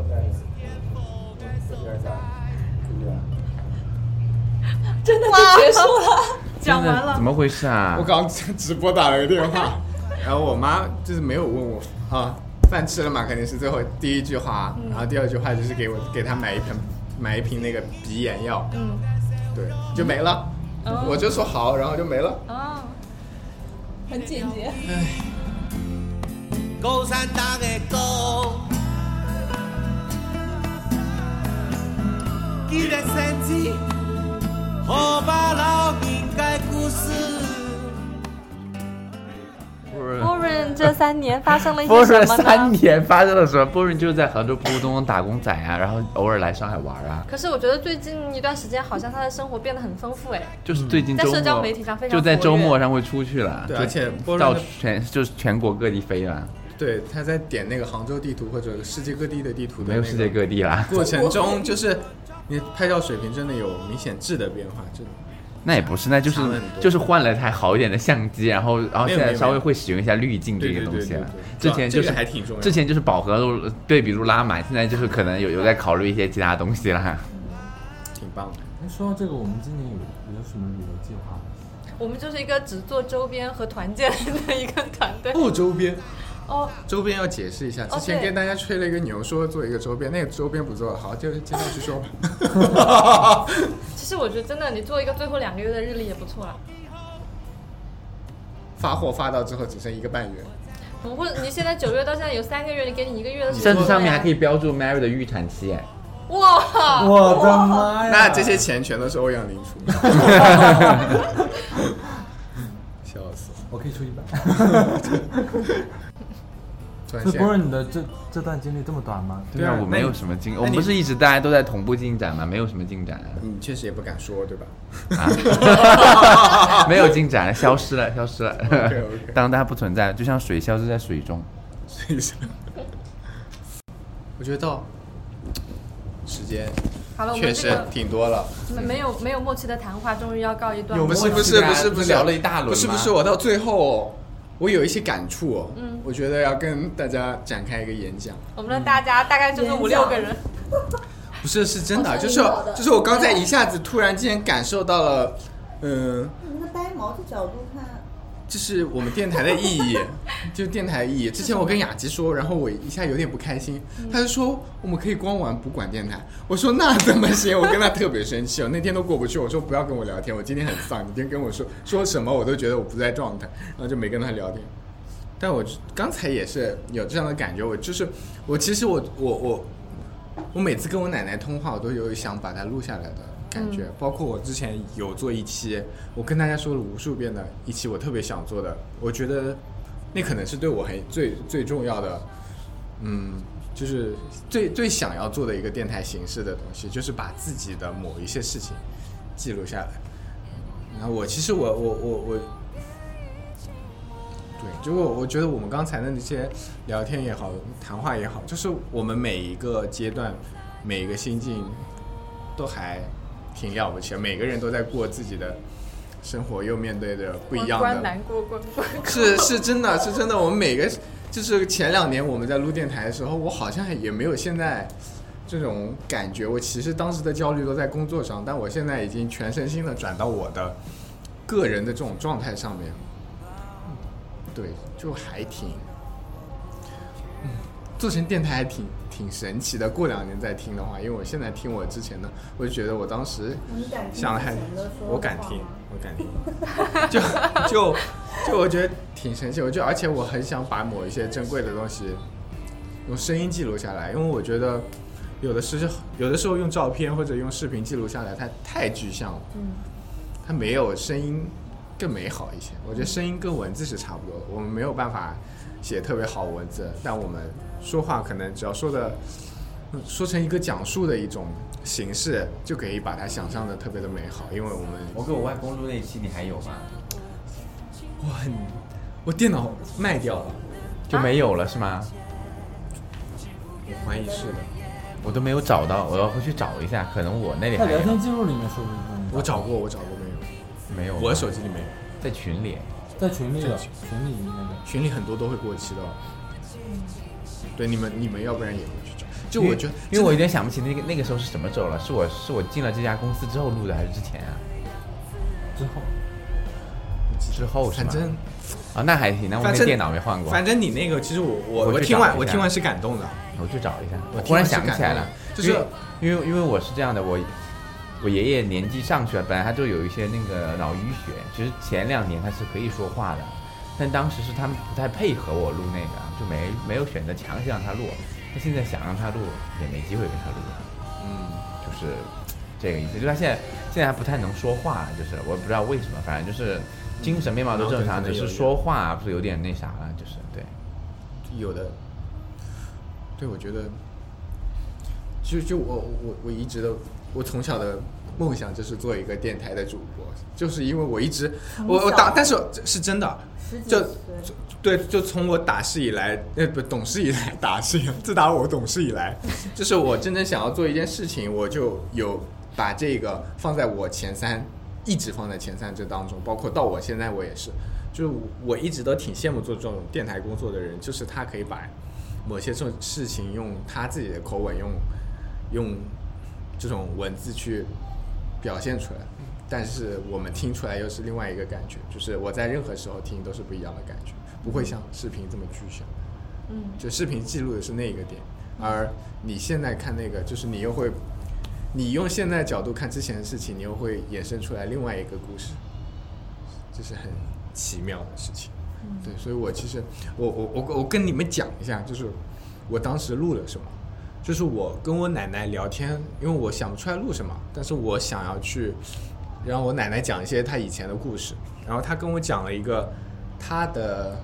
H: 真的就结束了。
D: 讲完
G: 真的
D: 了
G: 怎，么回事啊
C: 我？刚直播打了个电话，然后我妈就是没有问我啊，饭吃了嘛，肯定是最后第一句话，啊然后第二句话就是给我给她买一瓶买一瓶那个鼻炎药，
D: 嗯，
C: 对，就没了。我就说好，然后就没了。
D: 啊，
H: 很简洁。
J: 高山打个高。记得身体，好把老人的故事。
D: 夫 人这三年发生了一
G: 波
D: 些
G: 润
D: 什
G: 三
D: 么呢？
G: 年发生了什么？波润就是在杭州普普通通打工仔啊，然后偶尔来上海玩啊，
D: 可是我觉得最近一段时间，好像他的生活变得很丰富哎。
G: 就是最近
D: 在
G: 周末
D: 社交媒体上非常
G: 就在
D: 活跃
G: 周末上会出去了，
C: 对
G: 就
C: 而且波润
G: 到
C: 的
G: 全就是全国各地飞了，
C: 对，她在点那个杭州地图或者世界各地的地图的、
G: 没有世界各地啦，
C: 过程中，就是你拍照水平真的有明显质的变化，就
G: 那也不是，那就是
C: 差了很多
G: 就是换了台好一点的相机，然后然后
C: 没
G: 现
C: 有
G: 在
C: 没有
G: 稍微会使用一下滤镜这
C: 对
G: 个
C: 对
G: 东
C: 对
G: 西
C: 对
G: 了。
C: 对
G: 之前
C: 这
G: 就
C: 个
G: 是
C: 还挺重要
G: 之前就是饱和度对比度拉满，现在就是可能有有在考虑一些其他东西啦。
C: 挺棒的。
E: 哎说到这个，我们今年有有什么旅游计划吗？
D: 我们就是一个只做周边和团建的一个团队。
G: 哦
C: 不周边，
D: 哦，
C: 周边要解释一下。之前
D: 对
C: 跟大家吹了一个牛，说做一个周边，那个周边不做了，好，就接下去说吧。
D: 其实我觉得真的，你做一个最后两个月的日历也不错啊啦。
C: 发货发到之后只剩一个半月，
D: 嗯我或者你现在九月到现在有三个月，你给你一个月的时间
G: 甚至上面还可
D: 以
G: 以标注 Mary 的预产期，哎
D: 哇，
E: 我的妈呀！
C: 那这些钱全都是欧阳林出。 笑死！
E: 我可以出一半。
C: 突然
E: 所以
C: 间，
E: 波润，你的这这段经历这么短吗？
C: 对啊
G: 我没有什么进，我们
C: 你
G: 不是一直大家都在同步进展吗？没有什么进展
C: 你嗯确实也不敢说，对吧？
G: 啊，没有进展，消失了，消失了
C: OK，OK
G: 当它不存在，就像水消失在水中。
C: 所以说，我觉得到时间
D: 好了，我
C: 确
D: 们这
C: 实
D: 个
C: 挺多了。
D: 没有没有默契的谈话终于要告一段落。
C: 不是不
G: 我
C: 是
G: 们
C: 不是
G: 不
C: 不是
G: 聊了一大轮
C: 不是
G: 吗
C: 不是，我到最后我有一些感触、哦，嗯，我觉得要跟大家展开一个演讲，
D: 我们的大家大概就是五六个人，
C: 不是是真的，啊
H: 哦
C: 就
H: 这个
C: 是
H: 挺好的
C: 就是我刚才一下子突然间感受到了，嗯、
F: 你们的掰毛的角度看，
C: 这是我们电台的意义，就是电台的意义。之前我跟雅琪说，然后我一下有点不开心，她就说我们可以光玩不管电台。我说那怎么行？我跟她特别生气，我那天都过不去。我说不要跟我聊天，我今天很丧，你今天跟我说说什么我都觉得我不在状态，然后就没跟她聊天。但我刚才也是有这样的感觉，我就是我其实我我我我每次跟我奶奶通话，我都有想把它录下来的感觉。包括我之前有做一期，我跟大家说了无数遍的一期，我特别想做的，我觉得那可能是对我很最最重要的，嗯，就是最最想要做的一个电台形式的东西，就是把自己的某一些事情记录下来。然后我其实我我我我，对，就我我觉得我们刚才的那些聊天也好，谈话也好，就是我们每一个阶段，每一个心境，都还挺了不起的。每个人都在过自己的生活，又面对着不一样
D: 关
C: 的
D: 难过关关。
C: 是是真的，是真的。我们每个就是前两年我们在录电台的时候，我好像也没有现在这种感觉。我其实当时的焦虑都在工作上，但我现在已经全身心的转到我的个人的这种状态上面。对，就还挺，嗯，做成电台还挺挺神奇的。过两年再听的话，因为我现在听我之前的，我就觉得我当时
F: 你敢听
C: 想的还
F: 之前的说，
C: 我敢
F: 话
C: 听
F: 吗，
C: 我感觉，就 就就我觉得挺神奇，我就而且我很想把某一些珍贵的东西用声音记录下来，因为我觉得有的时有的时候用照片或者用视频记录下来，它太具象了，嗯，它没有声音更美好一些。我觉得声音跟文字是差不多的，我们没有办法写特别好文字，但我们说话可能只要说的嗯说成一个讲述的一种形式，就可以把它想象的特别的美好，因为我们
K: 我给我外公录那期，你还有吗？
C: 我很，我电脑卖掉了，
G: 就没有了是吗？
C: 我怀疑是的，
G: 我都没有找到，我要回去找一下，可能我那里
E: 在
G: 还
E: 聊
G: 有
E: 天记录里面说不定
C: 我找过，我找过没有，
G: 没有吧？
C: 我手机里没有，
G: 在群里，
E: 在群里了，群里那个。
C: 群里很多都会过期的哦。对，你们你们要不然也会去找，就我觉得，
G: 因为我有点想不起那个那个时候是什么时候了，是我是我进了这家公司之后录的，还是之前啊？
E: 之后，
G: 之后是
C: 反
G: 吗？
C: 正
G: 啊，那还行，那我
C: 反
G: 那
C: 正
G: 电脑没换过，
C: 反正你那个，其实我我
G: 我
C: 我
G: 去
C: 听
G: 找
C: 完
G: 一
C: 我
G: 下
C: 听完是感动的，
G: 我去找一下。
C: 我
G: 我
C: 听
G: 忽然
C: 完是
G: 想
C: 感
G: 起来
C: 动
G: 了
C: 的，就是
G: 因为因为因为我是这样的，我我爷爷年纪上去了，本来他就有一些那个脑淤血，其实前两年他是可以说话的，但当时是他们不太配合我录那个，啊就没没有选择强行让他录。他现在想让他录，也没机会给他录了。嗯，就是这个意思。就他现在现在还不太能说话，就是我也不知道为什么，反正就是精神面貌都正
C: 嗯
G: 常，只是说话不是有点那啥了，就是对。
C: 有的，对，我觉得，就就我我我一直的，我从小的梦想就是做一个电台的主播，就是因为我一直我我打，但是这是真的，就就对，就从我打事以来，呃不懂事以来，打事以来，自打我懂事以来，就是我真正想要做一件事情，我就有把这个放在我前三，一直放在前三这当中，包括到我现在我也是，就是我一直都挺羡慕做这种电台工作的人，就是他可以把某些这种事情用他自己的口吻，用用这种文字去表现出来，但是我们听出来又是另外一个感觉，就是我在任何时候听都是不一样的感觉，不会像视频这么具象。
D: 嗯，
C: 就视频记录的是那一个点，而你现在看那个，就是你又会，你用现在角度看之前的事情，你又会衍生出来另外一个故事，这是很奇妙的事情。对，所以我其实我我我我跟你们讲一下，就是我当时录了什么，就是我跟我奶奶聊天，因为我想不出来录什么，但是我想要去让我奶奶讲一些她以前的故事，然后她跟我讲了一个她的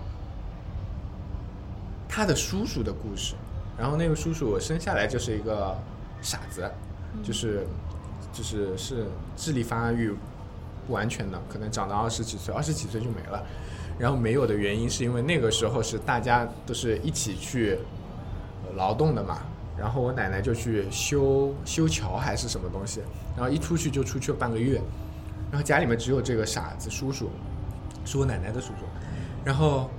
C: 他的叔叔的故事。然后那个叔叔生下来就是一个傻子，就是就是是智力发育不完全的，可能长到二十几岁，二十几岁就没了。然后没有的原因是因为那个时候是大家都是一起去呃劳动的嘛。然后我奶奶就去修修桥还是什么东西，然后一出去就出去了半个月，然后家里面只有这个傻子叔叔，是我奶奶的叔叔，然后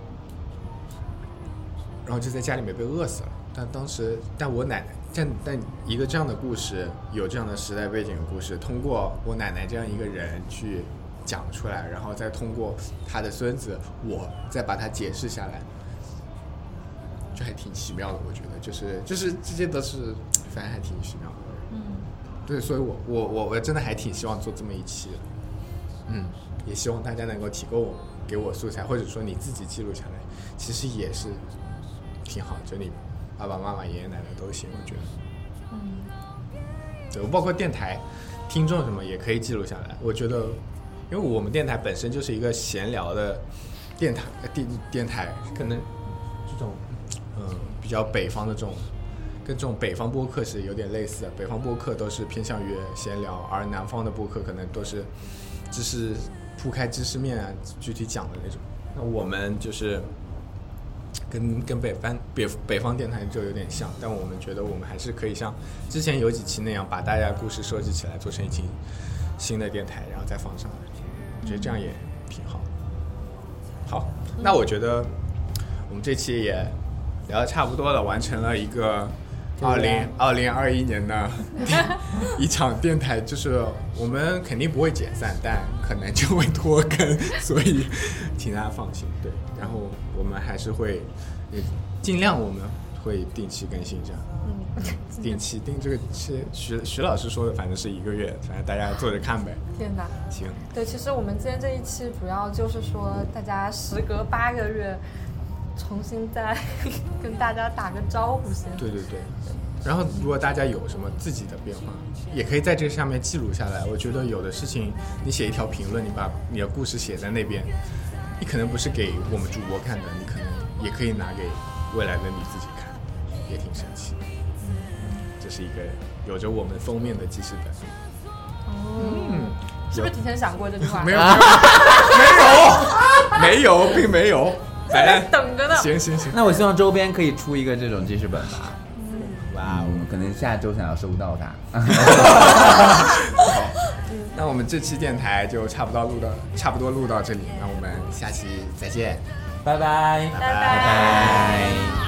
C: 然后就在家里面被饿死了。但当时，但我奶奶，但但一个这样的故事，有这样的时代背景的故事，通过我奶奶这样一个人去讲出来，然后再通过她的孙子我再把它解释下来，这还挺奇妙的。我觉得，就是就是这些都是，反正还挺奇妙的。嗯，对，所以我我我我真的还挺希望做这么一期的。嗯，也希望大家能够提供我给我素材，或者说你自己记录下来，其实也是挺好。就你爸爸妈妈、爷爷奶奶都行，我觉得。嗯。对，包括电台听众什么也可以记录下来。我觉得，因为我们电台本身就是一个闲聊的电台，呃电电台可能这种嗯比较北方的这种。跟这种北方播客是有点类似的，北方播客都是偏向于闲聊，而南方的播客可能都是知识铺开知识面啊，具体讲的那种。那我们就是跟跟北方北北方电台就有点像，但我们觉得我们还是可以像之前有几期那样，把大家故事收集起来，做成一期新的电台，然后再放上来。我觉得这样也挺好。好，那我觉得我们这期也聊得差不多了，完成了一个二零二零二一年的一场电台，就是我们肯定不会解散，但可能就会拖更，所以请大家放心。对，然后我们还是会呃尽量我们会定期更新这样。
D: 嗯，
C: 定期定这个期，徐徐老师说的，反正是一个月，反正大家坐着看呗。
D: 天哪！
C: 行，
D: 对，其实我们今天这一期主要就是说，大家时隔八个月，重新再 跟大家打个招呼先。
C: 对对对。然后，如果大家有什么自己的变化，也可以在这上面记录下来。我觉得有的事情，你写一条评论，你把你的故事写在那边，你可能不是给我们主播看的，你可能也可以拿给未来的你自己看，也挺神奇。这是一个有着我们封面的记事本。
D: 嗯，是不是提前想过这句话？
C: 没有，没有，没有，并没有。来，
D: 等着呢。
C: 行行行，
G: 那我希望周边可以出一个这种记事本吧。
C: 哇，
G: 我们可能下周想要收到它。
C: 那我们这期电台就差不多录到差不多录到这里，那我们下期再见，
G: 拜拜，
C: 拜拜。